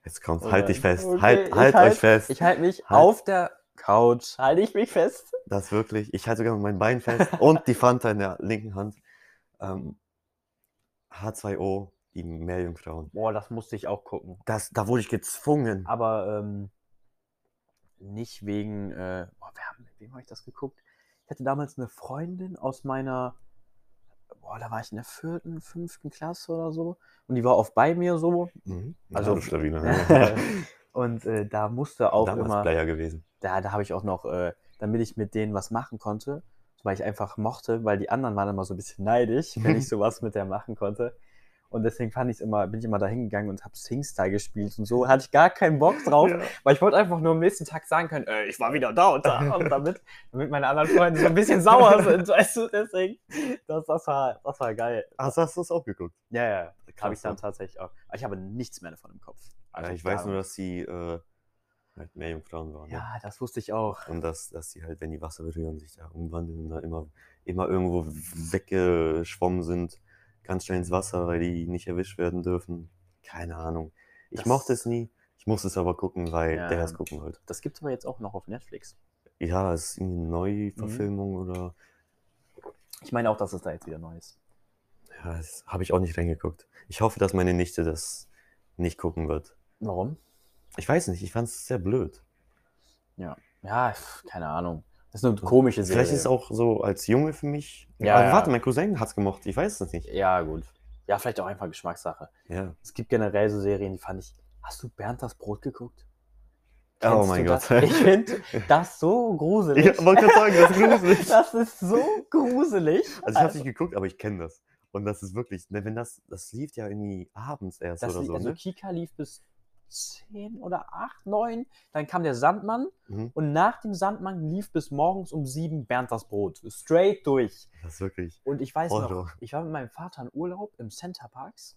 Jetzt kommt,
Oh
halt dich
nein.
fest,
Okay,
halt,
ich
halt
halt-
euch fest.
Ich halte mich
Halt.
auf der Couch, halte ich mich fest.
Das wirklich, ich halte sogar mein Bein fest und die Fanta in der linken Hand. Ähm, H2O, die Meerjungfrauen.
Boah, das musste ich auch gucken.
Das, da wurde ich gezwungen.
Aber ähm, nicht wegen, äh, boah, wer, haben- mit wem habe ich das geguckt? Ich hatte damals eine Freundin aus meiner, boah, da war ich in der vierten, fünften Klasse oder so. Und die war oft bei mir so.
Mhm.
Also-
Ja, du Schlawiner, ja.
Und äh, da musste auch
Damals
immer.
Player gewesen.
da, da habe ich auch noch, äh, damit ich mit denen was machen konnte, weil ich einfach mochte, weil die anderen waren immer so ein bisschen neidisch, wenn ich sowas mit der machen konnte. Und deswegen fand ich's immer, bin ich immer da hingegangen und habe Singstar gespielt und so. Hatte ich gar keinen Bock drauf,
Ja.
weil ich wollte einfach nur am nächsten Tag sagen können, äh, ich war wieder da und da. Und damit, damit meine anderen Freunde so ein bisschen sauer sind, weißt du, deswegen. Das, das, war, das war geil.
Also hast du es auch geguckt?
Ja, ja, habe ich
Krass,
dann
ne?
tatsächlich auch. Aber Ich habe nichts mehr davon im Kopf. Also
ja, ich weiß
gar
nur,
nicht.
dass sie äh, halt Meerjungfrauen waren. Ne?
Ja, das wusste ich auch.
Und dass, dass sie halt, wenn die Wasser berühren, sich da umwandeln und da immer, immer irgendwo weggeschwommen sind, ganz schnell ins Wasser, weil die nicht erwischt werden dürfen. Keine Ahnung. Ich
Das-
mochte es nie. Ich musste es aber gucken, weil
Ja.
der es gucken wollte.
Das gibt es aber jetzt auch noch auf Netflix.
Ja, es ist
Mhm.
irgendwie eine Neuverfilmung oder.
Ich meine auch, dass es da jetzt wieder neu ist.
Ja, das habe ich auch nicht reingeguckt. Ich hoffe, dass meine Nichte das nicht gucken wird.
Warum?
Ich weiß nicht, ich fand es sehr blöd.
Ja, pf, keine Ahnung. Das ist eine komische Serie.
Vielleicht ist es auch so als Junge für mich.
Ja,
Aber
ja.
warte, mein Cousin hat es gemocht. Ich weiß es nicht.
Ja, gut. Ja, vielleicht auch einfach Geschmackssache.
Ja.
Es gibt generell so Serien, die fand ich. Hast du Bernd das Brot geguckt?
Oh
Kennst
mein
du das?
Gott.
Ich finde das so gruselig.
Ich wollte gerade sagen, das ist gruselig.
Das ist so gruselig.
Also ich habe nicht geguckt, aber ich kenne das. Und das ist wirklich, ne, wenn das, das lief ja irgendwie abends erst
das
oder
li-
so,
also
ne?
Kika lief bis 10 oder 8, 9. Dann kam der Sandmann
Mhm.
und nach dem Sandmann lief bis morgens um 7 Bernd das Brot. Straight durch.
Das ist wirklich.
Und ich weiß noch,
Horror.
ich war mit meinem Vater in Urlaub im Center Parks.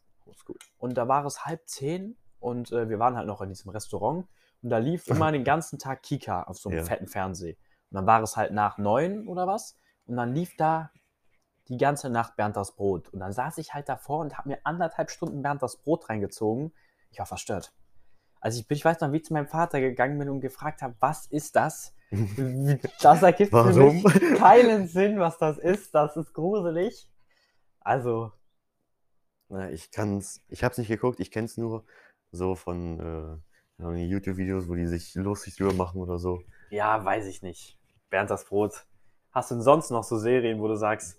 Und da war es halb zehn und äh, wir waren halt noch in diesem Restaurant. Und da lief immer den ganzen Tag Kika auf so einem
Ja.
fetten Fernseh. Und dann war es halt nach neun oder was. Und dann lief da die ganze Nacht Bernd das Brot. Und dann saß ich halt davor und habe mir anderthalb Stunden Bernd das Brot reingezogen. Ich war verstört. Also ich bin, ich weiß noch, wie ich zu meinem Vater gegangen bin und gefragt habe, was ist das? Das ergibt für mich
Warum?
keinen Sinn, was das ist. Das ist gruselig. Also,
Na, ich kann's, ich hab's nicht geguckt, ich kenn's nur so von äh, keine Ahnung, YouTube-Videos, wo die sich lustig drüber machen oder so.
ja, weiß ich nicht. Bernd das Brot. Hast du denn sonst noch so Serien, wo du sagst,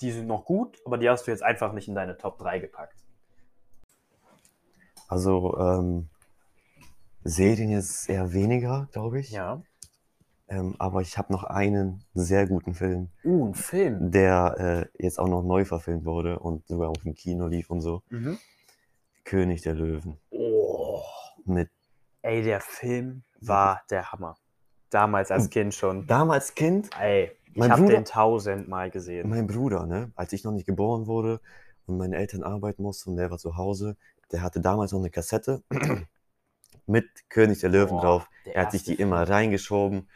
die sind noch gut, aber die hast du jetzt einfach nicht in deine Top 3 gepackt?
Also, ähm, Serien ist eher weniger, glaube ich.
Ja.
Ähm, aber ich habe noch einen sehr guten Film,
Uh, ein Film.
der äh, jetzt auch noch neu verfilmt wurde und sogar auch im Kino lief und so. König der Löwen
Oh.
mit
Ey, der Film war der Hammer. Damals als Kind schon.
damals Kind.
Ey, ich
Oh. Mein
habe
Bruder-
den tausendmal gesehen.
Mein Bruder, ne, als ich noch nicht geboren wurde und meine Eltern arbeiten mussten und der war zu Hause, der hatte damals noch eine Kassette mit König der Löwen
Boah,
drauf.
der
Er hat sich
erste
die immer
Film.
reingeschoben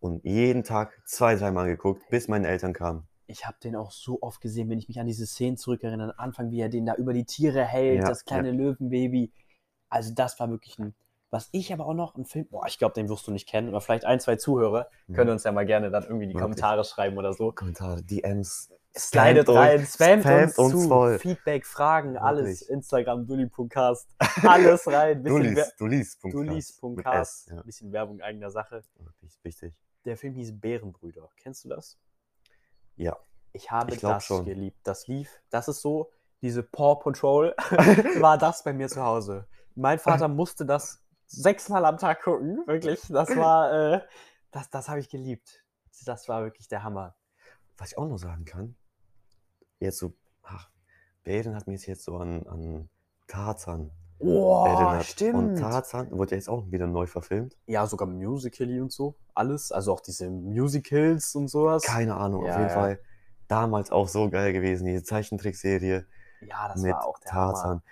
und jeden Tag zwei, dreimal geguckt, bis meine Eltern kamen.
ich habe den auch so oft gesehen, wenn ich mich an diese Szenen zurückerinnere, am Anfang, wie er den da über die Tiere hält,
Ja,
das kleine Löwenbaby. Also das war wirklich ein, was ich aber auch noch, ein Film, boah, ich glaube, den wirst du nicht kennen, oder vielleicht ein, zwei Zuhörer
Ja.
können uns ja mal gerne dann irgendwie in die
Mhm. Wirklich.
Kommentare schreiben oder so.
Kommentare, DMs.
Slidet
uns,
rein, spamt, uns,
spamt uns
zu,
voll.
Feedback, Fragen, alles,
Wirklich.
Instagram, dulli.cast, alles rein, bisschen, Wer-
Dulis, Dulis. Punkt Cast. Mit S,
dullis.cast,
Ja,
bisschen Werbung eigener Sache.
wirklich wichtig.
Der Film hieß Bärenbrüder. Kennst du das?
Ja.
Ich habe
Ich glaub
das
schon.
geliebt. Das lief. Das ist so, diese Paw Patrol war das bei mir zu Hause. Mein Vater musste das sechsmal am Tag gucken. Wirklich. Das war, äh, das, das habe ich geliebt. Das war wirklich der Hammer.
Was ich auch noch sagen kann, jetzt so, ach, Bären hat mich jetzt so an, an Tarzan
Oh,
erinnert. Und Tarzan wurde ja jetzt auch wieder neu verfilmt.
Ja, sogar Musical.ly und so. Alles. Also auch diese Musicals und sowas.
Keine Ahnung,
Ja,
auf jeden
ja.
Fall. Damals auch so geil gewesen, diese Zeichentrickserie.
ja, das
mit
war auch der Hammer.
Tarzan.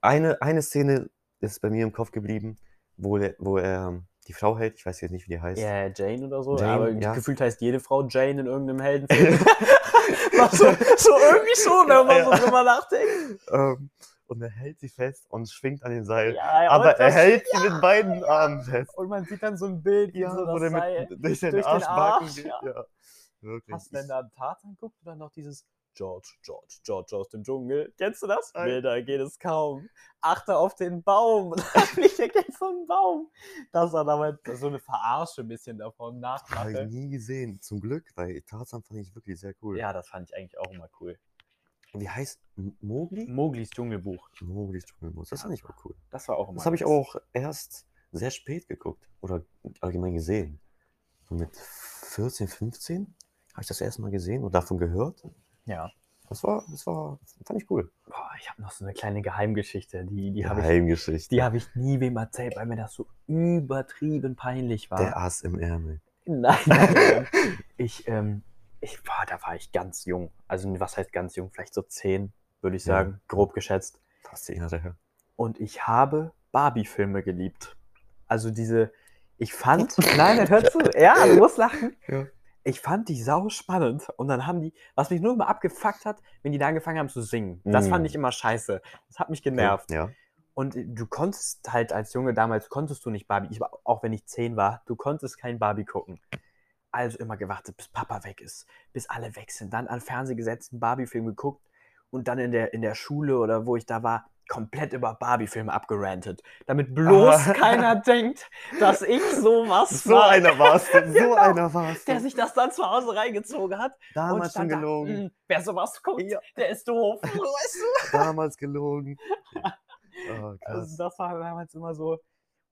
Eine, eine Szene ist bei mir im Kopf geblieben, wo, er- wo er ähm, die Frau hält, ich weiß jetzt nicht, wie die heißt.
Ja, Jane oder so.
Jane,
aber
ja.
gefühlt heißt jede Frau Jane in irgendeinem Heldenfilm. War so, so irgendwie schon, wenn man
Ja, ja.
so drüber nachdenkt.
Ähm, und er hält sie fest und schwingt an den Seilen.
Ja, ja,
Aber
und
er
das-
hält sie mit beiden Armen fest.
Und man sieht dann so ein Bild, wie
Ja,
so
wo
das
der
Seil.
mit, durch den
durch den
Arschbacken
Arsch,
geht.
ja.
Ja. Wirklich.
Hast du denn
ich-
da einen Tarzan geguckt oder noch dieses George, George, George aus dem Dschungel? Kennst du das?
Nein.
Bilder geht es kaum. Achte auf den Baum. ich denke, so ein Baum. Das war damals so eine Verarsche ein bisschen davon.
Habe ich
Nachmache.
nie gesehen, zum Glück, weil Tarzan fand ich wirklich sehr cool.
Ja, das fand ich eigentlich auch immer cool.
Wie heißt M- Mowgli?
Moglis Dschungelbuch.
Mowgli's Dschungelbuch. Das
Ja. Oh
fand ich auch cool.
Das war auch immer
Das habe ich
nice.
auch erst sehr spät geguckt oder allgemein gesehen. So mit 14, 15 habe ich das erste Mal gesehen und davon gehört.
Ja.
Das war, das war, fand ich cool.
Boah, ich habe noch so eine kleine Geheimgeschichte. Die, die habe ich
Geheimgeschichte.
Die habe ich nie wem erzählt, weil mir das so übertrieben peinlich war.
Der Ass im Ärmel.
Nein, nein, nein. ich, ähm, ich war, da war ich ganz jung. Also was heißt ganz jung? Vielleicht so zehn, würde ich
Ja.
sagen, grob geschätzt.
Fast die Jahre her.
Und ich habe Barbie-Filme geliebt. Also diese, ich fand, nein, dann hör zu, ja, du musst lachen.
Ja.
Ich fand die sau spannend. Und dann haben die, was mich nur immer abgefuckt hat, wenn die da angefangen haben zu singen. Das
Mm.
fand ich immer scheiße. Das hat mich genervt.
Ja.
Und äh, du konntest halt als Junge damals, konntest du nicht Barbie, ich, war- auch wenn ich zehn war, du konntest kein Barbie gucken. Also immer gewartet, bis Papa weg ist, bis alle weg sind. Dann an Fernseh gesetzt, einen Barbie-Film geguckt und dann in der, in der Schule oder wo ich da war, komplett über Barbie-Filme abgerantet. Damit bloß
Ah.
keiner denkt, dass ich sowas
So
war,
einer warst du. So
Genau.
einer warst du.
der sich das dann zu Hause reingezogen hat.
Damals schon
stand da,
gelogen.
"Mm, wer sowas guckt,
Ja.
der ist doof. Weißt du?
Damals gelogen. Oh, krass.
Also das war damals immer so,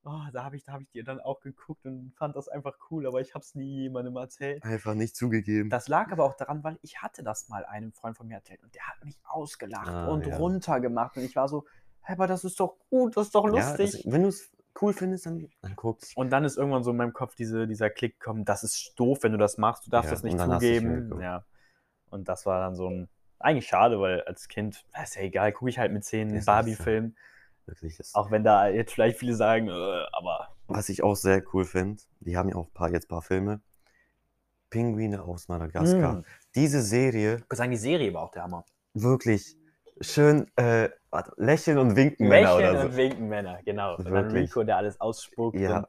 oh, da habe ich, da hab ich dir dann auch geguckt und fand das einfach cool, aber ich habe es nie jemandem erzählt.
Einfach nicht zugegeben.
Das lag aber auch daran, weil ich hatte das mal einem Freund von mir erzählt und der hat mich ausgelacht
Ah,
und
ja.
runtergemacht und ich war so, hey, aber das ist doch gut, das ist doch
Ja, das-
lustig.
wenn du es cool findest, dann, dann guck's.
und dann ist irgendwann so in meinem Kopf diese, dieser Klick gekommen, das ist doof, wenn du das machst, du darfst
Ja,
das nicht
und dann hast du nicht mehr
zugeben.
geguckt.
Ja. Und das war dann so ein, eigentlich schade, weil als Kind, "Ah, ist ja egal, gucke ich halt mit zehn
Ist
einen
nicht
Barbie-Film,
Wirklich. Das
auch wenn da jetzt vielleicht viele sagen, äh, aber
Was ich auch sehr cool finde, die haben ja auch paar, jetzt ein paar Filme. Pinguine aus Madagaskar.
Mm.
Diese Serie,
Ich würde sagen, die Serie war auch der Hammer.
wirklich schön äh, warte, lächeln und winken, Männer
Lächeln
oder
und
so.
winken Männer, genau. Und dann
Wirklich.
Rico, der alles ausspuckt.
Ja.
Und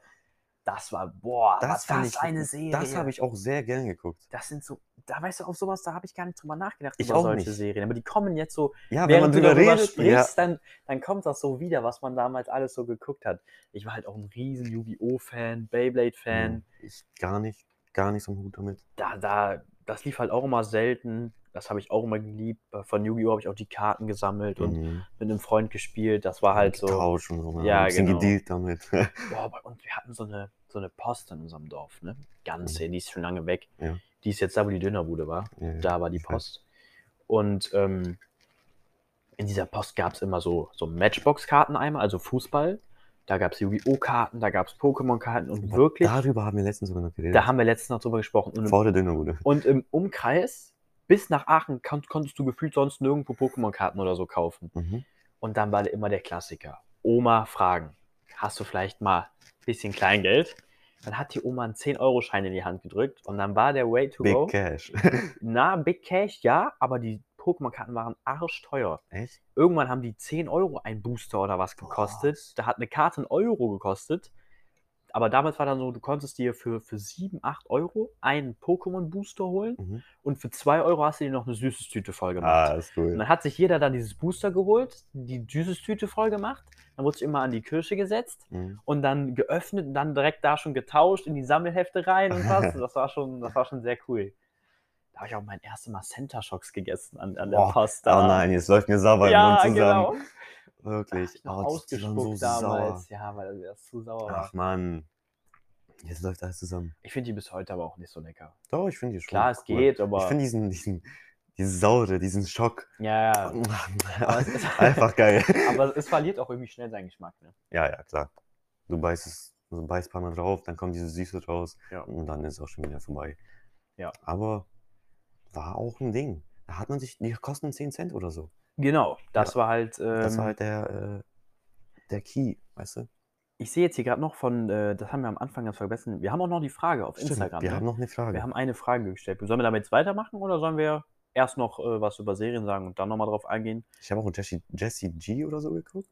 das war, boah,
Das
war
fand
das
ich-
eine Serie.
Das habe ich auch sehr gern geguckt.
Das sind so, da weißt du, auf sowas, da habe ich gar nicht drüber nachgedacht,
Ich
über
auch
solche
nicht.
Serien. Aber die kommen jetzt so,
Ja, wenn man
während
drüber
du darüber
redet, ja,
sprichst, dann, dann kommt das so wieder, was man damals alles so geguckt hat. Ich war halt auch ein riesen Yu-Gi-Oh!-Fan, Beyblade-Fan.
Hm, ich gar nicht, gar nicht so ein Hut damit.
da, da, das lief halt auch immer selten. Das habe ich auch immer geliebt. Von Yu-Gi-Oh! habe ich auch die Karten gesammelt und
Mhm.
mit einem Freund gespielt. Das war halt so.
Getauscht und so, ne?
Ja,
ein bisschen
genau.
gedealt damit.
Boah, bei uns, wir hatten so eine, so eine Post in unserem Dorf, ne? Ganz, die ist schon lange weg.
Mhm. Ja.
Die ist jetzt da, wo die Dönerbude war.
Ja,
Da war die
ich weiß.
Post. Und ähm, in dieser Post gab es immer so, so Matchbox-Karten einmal, also Fußball. Da gab es Yu-Gi-Oh!-Karten, da gab es Pokémon-Karten und
Aber
wirklich,
Darüber haben wir letztens sogar noch geredet.
da haben wir letztens noch drüber gesprochen. Und im,
Vor der Dönerbude.
und im Umkreis bis nach Aachen kon konntest du gefühlt sonst nirgendwo Pokémon-Karten oder so kaufen.
Mhm.
Und dann war immer der Klassiker. Oma fragen. Hast du vielleicht mal ein bisschen Kleingeld? Dann hat die Oma einen 10-Euro-Schein in die Hand gedrückt und dann war der Way to
Big
go.
Cash.
Na, Big Cash, ja, aber die Pokémon-Karten waren arschteuer.
Echt?
Irgendwann haben die 10 Euro ein Booster oder was gekostet. Da hat eine Karte einen Euro gekostet. Aber damals war dann so, du konntest dir für, für 7, 8 Euro einen Pokémon-Booster holen
Mhm.
und für 2 Euro hast du dir noch eine Süßes-Tüte voll gemacht.
Ah, ist
Und
cool.
dann hat sich jeder dann dieses Booster geholt, die Süßes-Tüte voll gemacht, dann wurde es immer an die Kirsche gesetzt
Mhm.
und dann geöffnet und dann direkt da schon getauscht in die Sammelhefte rein und was. Das war schon, das war schon sehr cool. Da habe ich auch mein erstes Mal Center Shocks gegessen an, an der
Boah,
Post.
Oh nein, jetzt läuft mir sauber
ja,
im Mund zusammen.
genau.
Wirklich.
Noch
Oh, die waren
ausgespuckt
so
damals.
sauer.
Ja, weil das zu sauer war.
Ach Mann. Jetzt läuft alles zusammen.
Ich finde die bis heute aber auch nicht so lecker.
Doch, ich finde die schon.
Klar, es
Oh, cool.
geht,
Ich
aber.
finde diesen, diesen, diesen saure, diesen Schock.
ja, ja.
Einfach geil.
Aber es verliert auch irgendwie schnell seinen Geschmack. Ne?
Ja, ja, klar. Du beißt es, du beißt ein paar Mal drauf, dann kommt diese Süße raus
Ja.
und dann ist es auch schon wieder vorbei.
Ja.
Aber war auch ein Ding. Da hat man sich, die kosten 10 Cent oder so.
Genau, das war halt. Ähm,
Das war halt der, äh, der Key, weißt du?
Ich sehe jetzt hier gerade noch von, äh, das haben wir am Anfang ganz vergessen. Wir haben auch noch die Frage auf
Stimmt,
Instagram.
wir
ne?
haben noch eine Frage.
wir haben eine Frage gestellt. Sollen wir damit jetzt weitermachen oder sollen wir erst noch äh, was über Serien sagen und dann nochmal drauf eingehen?
ich habe auch Jessie, Jessie G oder so geguckt.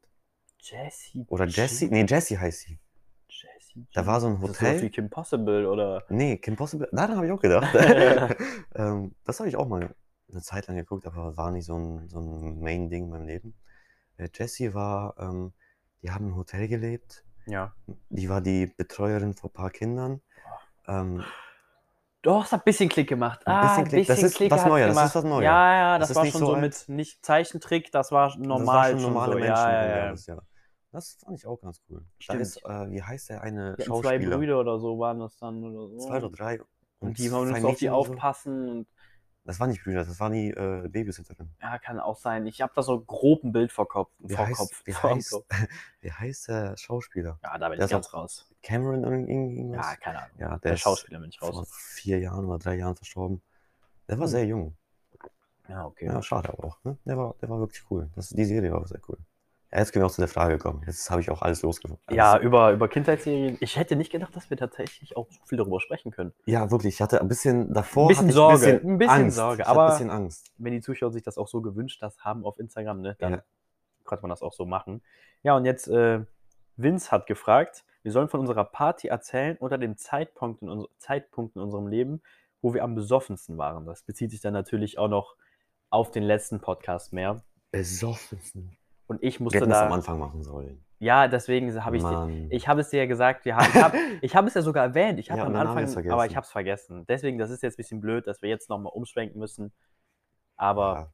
Jessie.
Oder Jessie,
G?
nee, Jessie heißt sie.
Jessie.
Da
G.
war so ein
Ist das sowas
Hotel.
wie Kim Possible oder.
Nee, Kim Possible. Daran habe ich auch gedacht. ähm, das habe ich auch mal eine Zeit lang geguckt, aber war nicht so ein, so ein Main-Ding in meinem Leben. Äh, Jessie war, ähm, die haben im Hotel gelebt.
Ja.
Die war die Betreuerin von ein paar Kindern. Ähm,
Doch, es hat ein bisschen Klick gemacht.
Ein
Ah,
bisschen
ein
Klick. Das
bisschen
ist
Klick
was
hat's
Neues, das
Gemacht.
ist was Neues.
Ja, ja,
Das
das,
ist
war
nicht
schon
so
so
alt.
mit nicht Zeichentrick, das war normal.
das waren schon normale
so.
Menschen.
Ja,
und
ja, ja.
alles, ja. Das fand ich auch ganz cool. Da
Stimmt.
ist, äh, wie heißt der eine
Die hatten zwei
Schauspieler?
Brüder oder so waren das dann oder so.
Zwei oder drei.
Und die wollen uns
zwei
auf die
Mädchen oder so.
aufpassen und
Das waren nicht Brüder, das waren die äh, Babysitterin.
ja, kann auch sein. Ich habe da so grob ein Bild vor Kopf.
Wie
vor
heißt,
Kopf.
wie,
vor
heißt,
Kopf.
wie heißt der Schauspieler?
Ja, da bin
Der
ich
ist
ganz raus.
Cameron irgend- irgend- irgendwas?
Ja, keine Ahnung.
Ja, der,
Der
ist
Schauspieler bin ich
vor
raus.
vier Jahren oder drei Jahren verstorben. Der war
Hm.
sehr jung.
Ja, okay.
Ja, schade aber auch. Ne? Der, war, der war wirklich cool. Das, die Serie war sehr cool. Ja, jetzt können wir auch zu der Frage kommen. Jetzt habe ich auch alles losgefunden.
Ja,
Alles-
über, über Kindheitsserien. Ich hätte nicht gedacht, dass wir tatsächlich auch so viel darüber sprechen können.
ja, wirklich. Ich hatte ein bisschen davor.
Ein bisschen
hatte ich
Sorge, ein bisschen
Angst.
Sorge,
Ich hatte
aber-
ein bisschen Angst.
Wenn die Zuschauer sich das auch so gewünscht das haben auf Instagram, ne, dann
Ja.
könnte man das auch so machen. Ja, und jetzt, äh, Vince hat gefragt, wir sollen von unserer Party erzählen oder dem Zeitpunkt in, uns Zeitpunkt in unserem Leben, wo wir am besoffensten waren. Das bezieht sich dann natürlich auch noch auf den letzten Podcast mehr.
Besoffen.
Und ich
Wir
musste
hätten das am
da.
Anfang machen sollen.
Ja, deswegen habe ich. dir-
Mann.
Ich habe es dir ja gesagt, wir haben, ich habe ich hab es ja sogar erwähnt. Ich habe
Ja, und
am
dann haben wir es
Anfang, aber ich
vergessen.
habe es vergessen. Deswegen, das ist jetzt ein bisschen blöd, dass wir jetzt nochmal umschwenken müssen. Aber
Ja.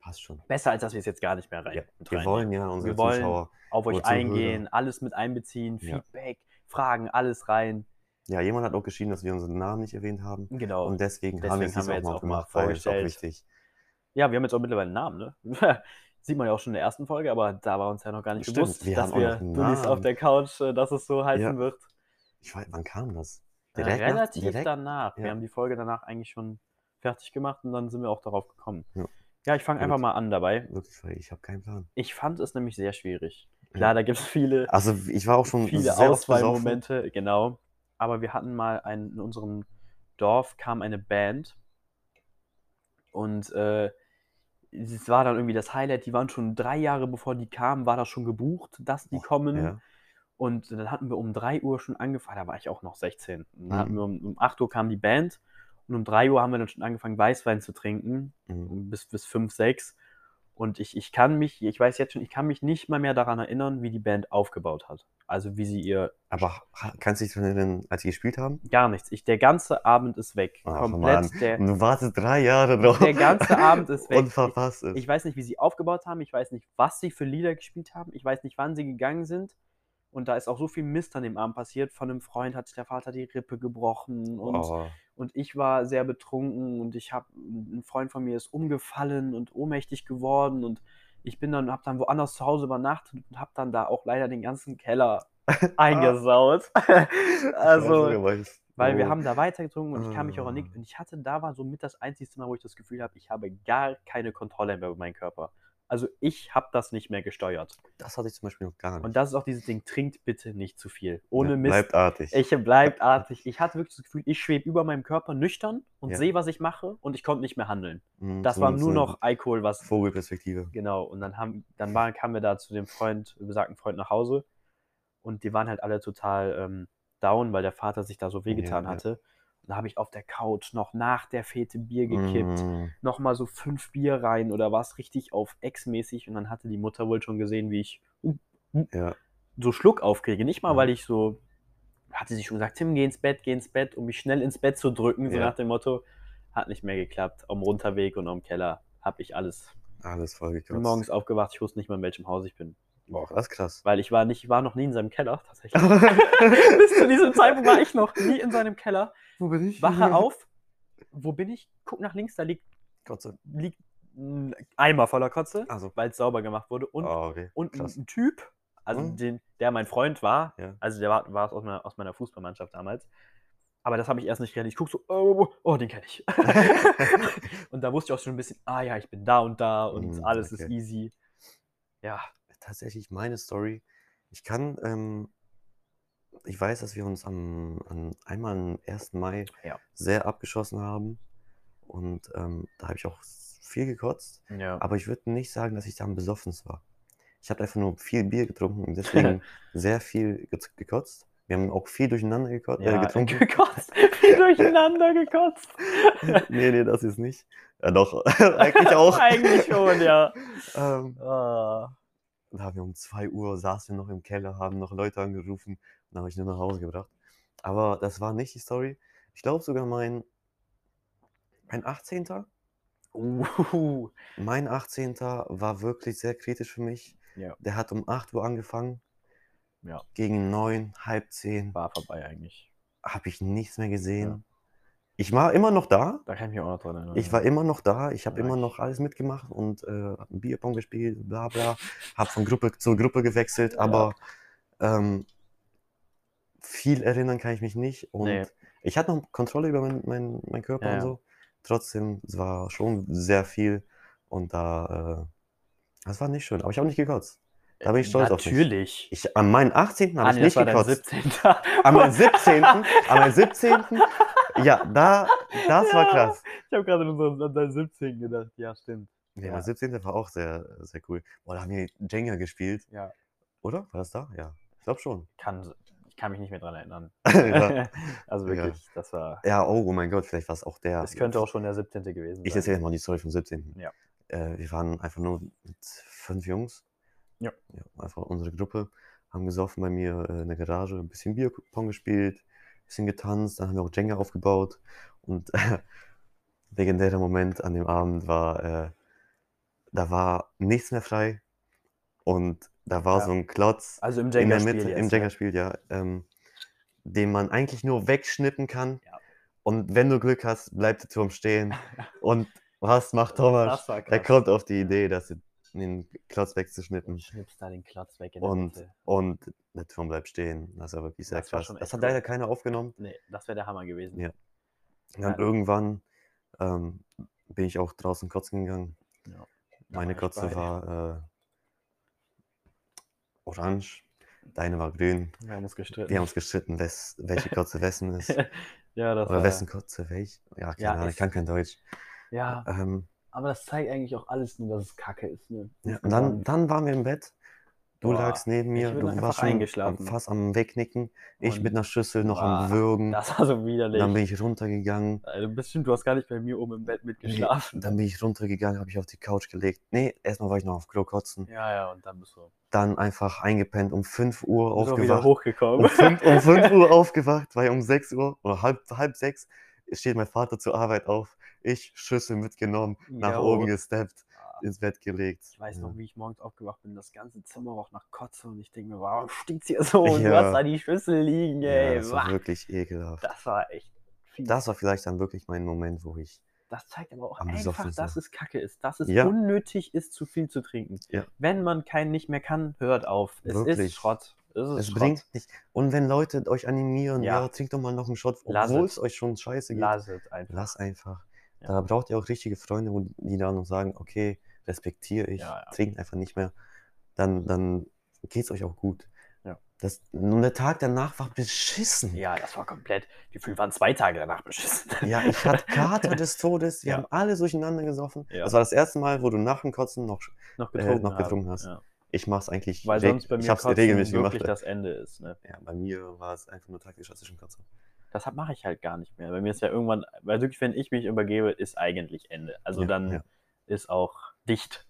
Passt schon.
besser, als dass wir es jetzt gar nicht mehr rein.
Ja,
mit
wir
reinnehmen.
wollen ja unsere
Wir wollen-
Zuschauer.
auf euch
Oder
eingehen, alles mit einbeziehen,
Ja.
Feedback, Fragen, alles rein.
Ja, jemand hat auch geschrieben, dass wir unseren Namen nicht erwähnt haben.
Genau.
Und deswegen, haben wir es
Deswegen haben wir
diesmal
jetzt
auch mal
auch mal
gemacht, weil es auch
vorgestellt.
wichtig.
ja, wir haben jetzt auch mittlerweile einen Namen, ne? Sieht man ja auch schon in der ersten Folge, aber da war uns ja noch gar nicht
Stimmt,
bewusst,
wir
dass
haben auch
wir
noch einen
Bullies auf
Namen.
der Couch, äh, dass es so heißen
Ja.
wird.
Ich weiß, wann kam das?
Äh,
Direkt nach-
Relativ
direkt-
danach. Wir
Ja.
haben die Folge danach eigentlich schon fertig gemacht und dann sind wir auch darauf gekommen.
Ja.
Ja, ich fange
Gut.
einfach mal an dabei.
Wirklich, weil ich habe keinen Plan.
Ich fand es nämlich sehr schwierig.
Ja.
Klar, da gibt es viele,
Also ich war auch schon
viele
sehr oft besoffen.
Auswahlmomente, genau. Aber wir hatten mal einen, in unserem Dorf kam eine Band und äh, es war dann irgendwie das Highlight. Die waren schon drei Jahre bevor die kamen, war das schon gebucht, dass die
Boah,
kommen.
Ja.
Und dann hatten wir um 3 Uhr schon angefangen, da war ich auch noch 16. Und dann hatten
Mhm.
wir um, um 8 Uhr kam die Band und um 3 Uhr haben wir dann schon angefangen, Weißwein zu trinken,
Mhm.
bis, bis 5, 6. Und ich, ich kann mich, ich weiß jetzt schon, ich kann mich nicht mal mehr daran erinnern, wie die Band aufgebaut hat. Also wie sie ihr,
Aber ha- kannst du dich daran erinnern, als sie gespielt haben?
gar nichts. Ich, der ganze Abend ist weg.
Ach, Hm.
Komplett. Der,
Und du wartest drei Jahre drauf.
der ganze Abend ist weg.
Und verpasst es.
Ich weiß nicht, wie sie aufgebaut haben. Ich weiß nicht, was sie für Lieder gespielt haben. Ich weiß nicht, wann sie gegangen sind. Und da ist auch so viel Mist an dem Abend passiert. Von einem Freund hat sich der Vater die Rippe gebrochen und,
oh,
und ich war sehr betrunken und ich habe ein Freund von mir ist umgefallen und ohnmächtig geworden und ich bin dann habe dann woanders zu Hause übernachtet und habe dann da auch leider den ganzen Keller eingesaut.
Ah.
also weil wir haben da weitergetrunken und ich kann mich auch an nichts.
Ah.
Und ich hatte, da war somit das einzige Mal, wo ich das Gefühl habe, ich habe gar keine Kontrolle mehr über meinen Körper. Also ich habe das nicht mehr gesteuert.
Das hatte ich zum Beispiel noch gar nicht.
Und das ist auch dieses Ding, trinkt bitte nicht zu viel. Ohne
Ja,
Mist.
Bleibt artig.
Ich bleibt artig. Ich hatte wirklich das Gefühl, ich schwebe über meinem Körper nüchtern und
Ja.
sehe, was ich mache und ich konnte nicht mehr handeln.
Mm,
Das
so
war
eine-
nur
so eine
noch Alkohol, was
Vogelperspektive.
Genau, und dann, haben, dann waren, kamen wir da zu dem Freund, besagten Freund nach Hause und die waren halt alle total ähm, down, weil der Vater sich da so wehgetan
Ja, ja.
hatte. Und da habe ich auf der Couch noch nach der Fete Bier gekippt,
Mm,
nochmal so fünf Bier rein oder was richtig auf Ex-mäßig und dann hatte die Mutter wohl schon gesehen, wie ich uh,
ja.
so Schluck aufkriege. Nicht mal,
Ja.
weil ich so, hatte sie schon gesagt, Tim, geh ins Bett, geh ins Bett, um mich schnell ins Bett zu drücken, so
Ja.
nach dem Motto, hat nicht mehr geklappt. Am Runterweg und am Keller habe ich alles
Alles
ich bin
vollgekotzt.
morgens aufgewacht, ich wusste nicht mal, in welchem Haus ich bin.
Boah, das ist krass.
Weil ich war nicht, ich war noch nie in seinem Keller, tatsächlich. Bis zu diesem Zeitpunkt war ich noch nie in seinem Keller.
Wo bin ich?
Wache auf, wo bin ich? Guck nach links, da liegt,
Gott sei Dank.
liegt ein Eimer voller Kotze,
Also.
weil es sauber gemacht wurde. Und,
Ah, okay.
und
krass.
ein Typ, also
Mhm.
den, der mein Freund war,
Ja.
also der war, war es aus meiner, aus meiner Fußballmannschaft damals. Aber das habe ich erst nicht realisiert. Ich gucke so, oh, oh, oh, den kenne ich. und da wusste ich auch schon ein bisschen, ah ja, ich bin da und da und
Mhm,
alles ist
okay.
easy. Ja,
tatsächlich meine Story. Ich kann, ähm, ich weiß, dass wir uns am, an, einmal am 1. Mai
Ja.
sehr abgeschossen haben. Und ähm, da habe ich auch viel gekotzt.
ja.
Aber ich würde nicht sagen, dass ich da am besoffensten war. Ich habe einfach nur viel Bier getrunken und deswegen sehr viel ge gekotzt. Wir haben auch viel durcheinander geko äh, getrunken.
gekotzt. Wie durcheinander gekotzt.
nee, nee, das ist nicht. Ja, doch, eigentlich auch.
Eigentlich schon, ja.
Ähm,
Ah.
Da haben wir um 2 Uhr saßen wir noch im Keller, haben noch Leute angerufen und habe ich nur nach Hause gebracht. Aber das war nicht die Story. Ich glaube sogar mein, mein 18.
Uh.
Mein 18. war wirklich sehr kritisch für mich.
Ja.
Der hat um 8 Uhr angefangen.
Ja.
Gegen 9, halb 10
War vorbei eigentlich.
habe ich nichts mehr gesehen. Ich war immer noch da.
Da kann ich mich auch noch dran erinnern.
Ich war immer noch da, ich habe
Ja,
immer
ich-
noch alles mitgemacht und äh, hab einen Bierpong gespielt, bla bla, habe von Gruppe zu Gruppe gewechselt, aber ähm, viel erinnern kann ich mich nicht und
Nee.
ich hatte noch Kontrolle über meinen mein, mein Körper
Ja,
und
ja.
so. Trotzdem, es war schon sehr viel und da, äh, das war nicht schön, aber ich habe nicht gekotzt. Da bin ich stolz auf mich.
Natürlich.
Ich, an meinen 18. habe
Ah,
ich
nee,
nicht
das war dein
gekotzt.
17.
An meinem 17. an meinem 17. Ja, da, das war
Ja.
krass.
Ich habe gerade an unseren- an deinen 17. gedacht. Ja, stimmt.
Nee,
Ja.
mein 17. war auch sehr, sehr cool. Boah, da haben wir Jenga gespielt.
Ja.
Oder? War das da? Ja. Ich glaube schon.
Kann, ich kann mich nicht mehr dran erinnern.
ja.
also wirklich, das war.
ja, oh, oh mein Gott, vielleicht war es auch der.
Es könnte auch schon der 17. gewesen sein.
Ich erzähle mal die Story vom 17.
Ja.
Äh, wir waren einfach nur mit fünf Jungs.
Ja.
ja einfach unsere Gruppe. Haben gesoffen bei mir äh, in der Garage, ein bisschen Bierpong gespielt, ein bisschen getanzt, dann haben wir auch Jenga aufgebaut. Und legendärer Moment an dem Abend war, äh, da war nichts mehr frei. Und da war
Ja.
so ein Klotz
Also im
in der
Jenga-Spiel.
Mitte,
jetzt,
im
ne?
Jenga-Spiel, ja, ähm, den man eigentlich nur wegschnippen kann.
Ja.
Und wenn du Glück hast, bleibt der Turm stehen. Und was macht Thomas?
Das war
Er
krass.
kommt auf die Idee, dass er den Klotz wegzuschnippen.
schnippst da den Klotz weg in der
Und,
Mitte.
und der Turm bleibt stehen. Das war wirklich sehr
Das war
krass.
schon
Das
echt
hat
cool.
leider keiner aufgenommen.
Nee, das wäre der Hammer gewesen.
Ja. Und dann
Ja.
irgendwann ähm, bin ich auch draußen kotzen gegangen.
Ja. Da
Meine
war ich
Kotze
bei.
war äh, orange, deine war grün.
Wir haben uns gestritten.
Wir haben uns gestritten, wes, welche Kotze wessen ist.
ja, das
Oder
war,
wessen Kotze welch. Ja, keine
Äh, Ja, Ah,
Ahnung,
ist-
ich kann kein Deutsch.
Ja,
Ähm,
aber das zeigt eigentlich auch alles nur, dass es kacke ist. Ne?
ja, und dann, dann waren wir im Bett. Du
Boah,
lagst neben
ich
mir,
bin
du
einfach
warst schon
eingeschlafen.
am- fast am Wegnicken. Ich
Und-
mit einer Schüssel noch
Boah,
am Würgen.
Das war so widerlich.
Dann bin ich runtergegangen.
also, bestimmt, du hast gar nicht bei mir oben im Bett mitgeschlafen.
Nee, dann bin ich runtergegangen, habe ich auf die Couch gelegt. Nee, erstmal war ich noch auf Klo kotzen.
ja, ja, und dann bist du,
Dann einfach eingepennt, um 5 Uhr
bist du auch wieder
aufgewacht.
hochgekommen.
um, 5, um 5 Uhr aufgewacht, weil um 6 Uhr oder halb, halb 6 steht mein Vater zur Arbeit auf. Ich Schüssel mitgenommen, nach
Jo.
oben gesteppt,
oh. Ah,
ins Bett gelegt.
Ich weiß
ja.
noch, wie ich morgens aufgewacht bin. Das ganze Zimmer roch nach Kotze und ich denke mir, warum stinkt's hier so? Und du
Ja.
hast da die Schüssel liegen,
Ja,
ey.
das
Wah,
war wirklich ekelhaft.
das war echt fies.
Das war vielleicht dann wirklich mein Moment, wo ich.
Das zeigt aber auch
Am
einfach,
besoffensten.
dass es kacke ist, dass es
Ja.
unnötig ist, zu viel zu trinken.
Ja.
Wenn man keinen nicht mehr kann, hört auf. Es ist
Wirklich.
Schrott. Es ist
Es
Schrott.
bringt nicht. Und wenn Leute euch animieren,
Ja.
ja, trinkt doch mal noch einen Shot,
Lasst
obwohl
es.
es euch schon scheiße geht.
Lass es einfach.
Lass einfach.
Ja.
Da braucht ihr auch richtige Freunde, wo die dann noch sagen, okay, respektiere ich,
Ja, ja.
trinkt einfach nicht mehr, dann, dann geht es euch auch gut.
Ja.
Das, und der Tag danach war beschissen.
Ja, das war komplett. Die Gefühl waren zwei Tage danach beschissen.
Ja, ich hatte Kater des Todes. Wir
Ja.
haben alles durcheinander gesoffen.
Ja.
Das war das erste Mal, wo du nach dem Kotzen noch. sch-
noch
äh, noch
habe.
getrunken hast.
Ja.
Ich mach's eigentlich.
Weil
reg-
sonst bei mir
ich hab's
Kotzen
regelmäßig gemacht.
wirklich das Ende ist. Ne?
ja, bei mir war es einfach nur taktisch zwischen Kotzer.
Das hab- mache ich halt gar nicht mehr. Bei mir ist ja irgendwann, weil wirklich, wenn ich mich übergebe, ist eigentlich Ende. Also
Ja,
dann
ja.
ist auch dicht.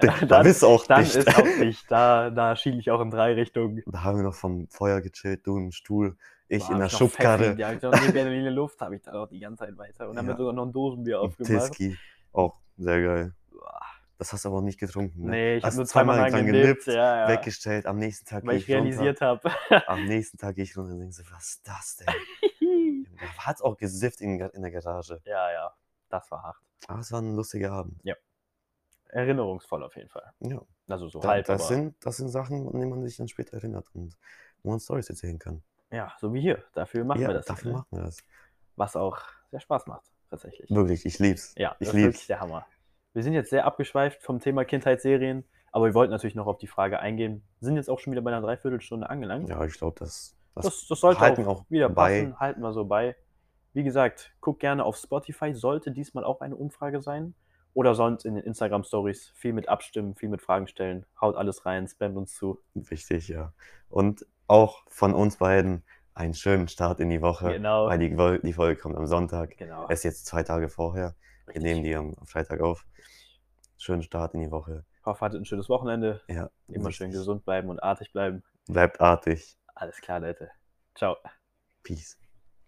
da
Dann-
bist du auch
dann
dicht.
ist auch dicht. Da, da schiele ich auch in drei Richtungen.
Da haben wir noch vom Feuer gechillt, du im Stuhl, ich
Boah,
in
hab
der
ich noch
Schubkarre,
Pfeffi, Ja, ich noch nie Berliner Luft habe ich da noch die ganze Zeit weiter. Und dann
Ja.
wird sogar noch ein Dosenbier
im
aufgemacht.
Tiski. Auch sehr geil.
Boah,
Das hast du aber auch nicht getrunken. Ne?
Nee, ich habe
Hast
nur zweimal
zweimal
dran
dran
genippt.
genippt,
ja, ja.
Weggestellt, am nächsten Tag
Weil
geh
ich realisiert habe.
runter. Am nächsten Tag gehe ich runter und denke so, was ist das denn? Da hat's auch gesifft in, in der Garage.
ja, ja. Das war hart.
Aber es war ein lustiger Abend.
Erinnerungsvoll auf jeden Fall.
Ja,
Also so
da,
halb.
das,
aber-
sind, das sind Sachen, an die man sich dann später erinnert und wo man Stories erzählen kann.
Ja, so wie hier. Dafür machen
ja,
wir das.
dafür
hier, ne?
machen wir das.
Was auch sehr Spaß macht, tatsächlich.
Wirklich, ich lieb's.
Ja, das
ich
ist wirklich
lieb's.
der Hammer. Wir sind jetzt sehr abgeschweift vom Thema Kindheitsserien, aber wir wollten natürlich noch auf die Frage eingehen. Sind jetzt auch schon wieder bei einer Dreiviertelstunde angelangt.
Ja, ich glaube, das,
das, das sollte
halten
auch,
auch
wieder
bei.
passen, halten wir so bei. Wie gesagt, guck gerne auf Spotify, sollte diesmal auch eine Umfrage sein. Oder sonst in den Instagram-Stories viel mit abstimmen, viel mit Fragen stellen. Haut alles rein, spammt uns zu.
Wichtig, ja. Und auch von uns beiden einen schönen Start in die Woche,
Genau.
weil die, Vol- die Folge kommt am Sonntag.
Genau.
Es ist jetzt zwei Tage vorher. Wir
richtig.
nehmen die am Freitag auf. Schönen Start in die Woche.
Ich hoffe, hattet ein schönes Wochenende.
Ja,
Immer schön
richtig.
gesund bleiben und artig bleiben.
Bleibt artig.
Alles klar, Leute. Ciao.
Peace.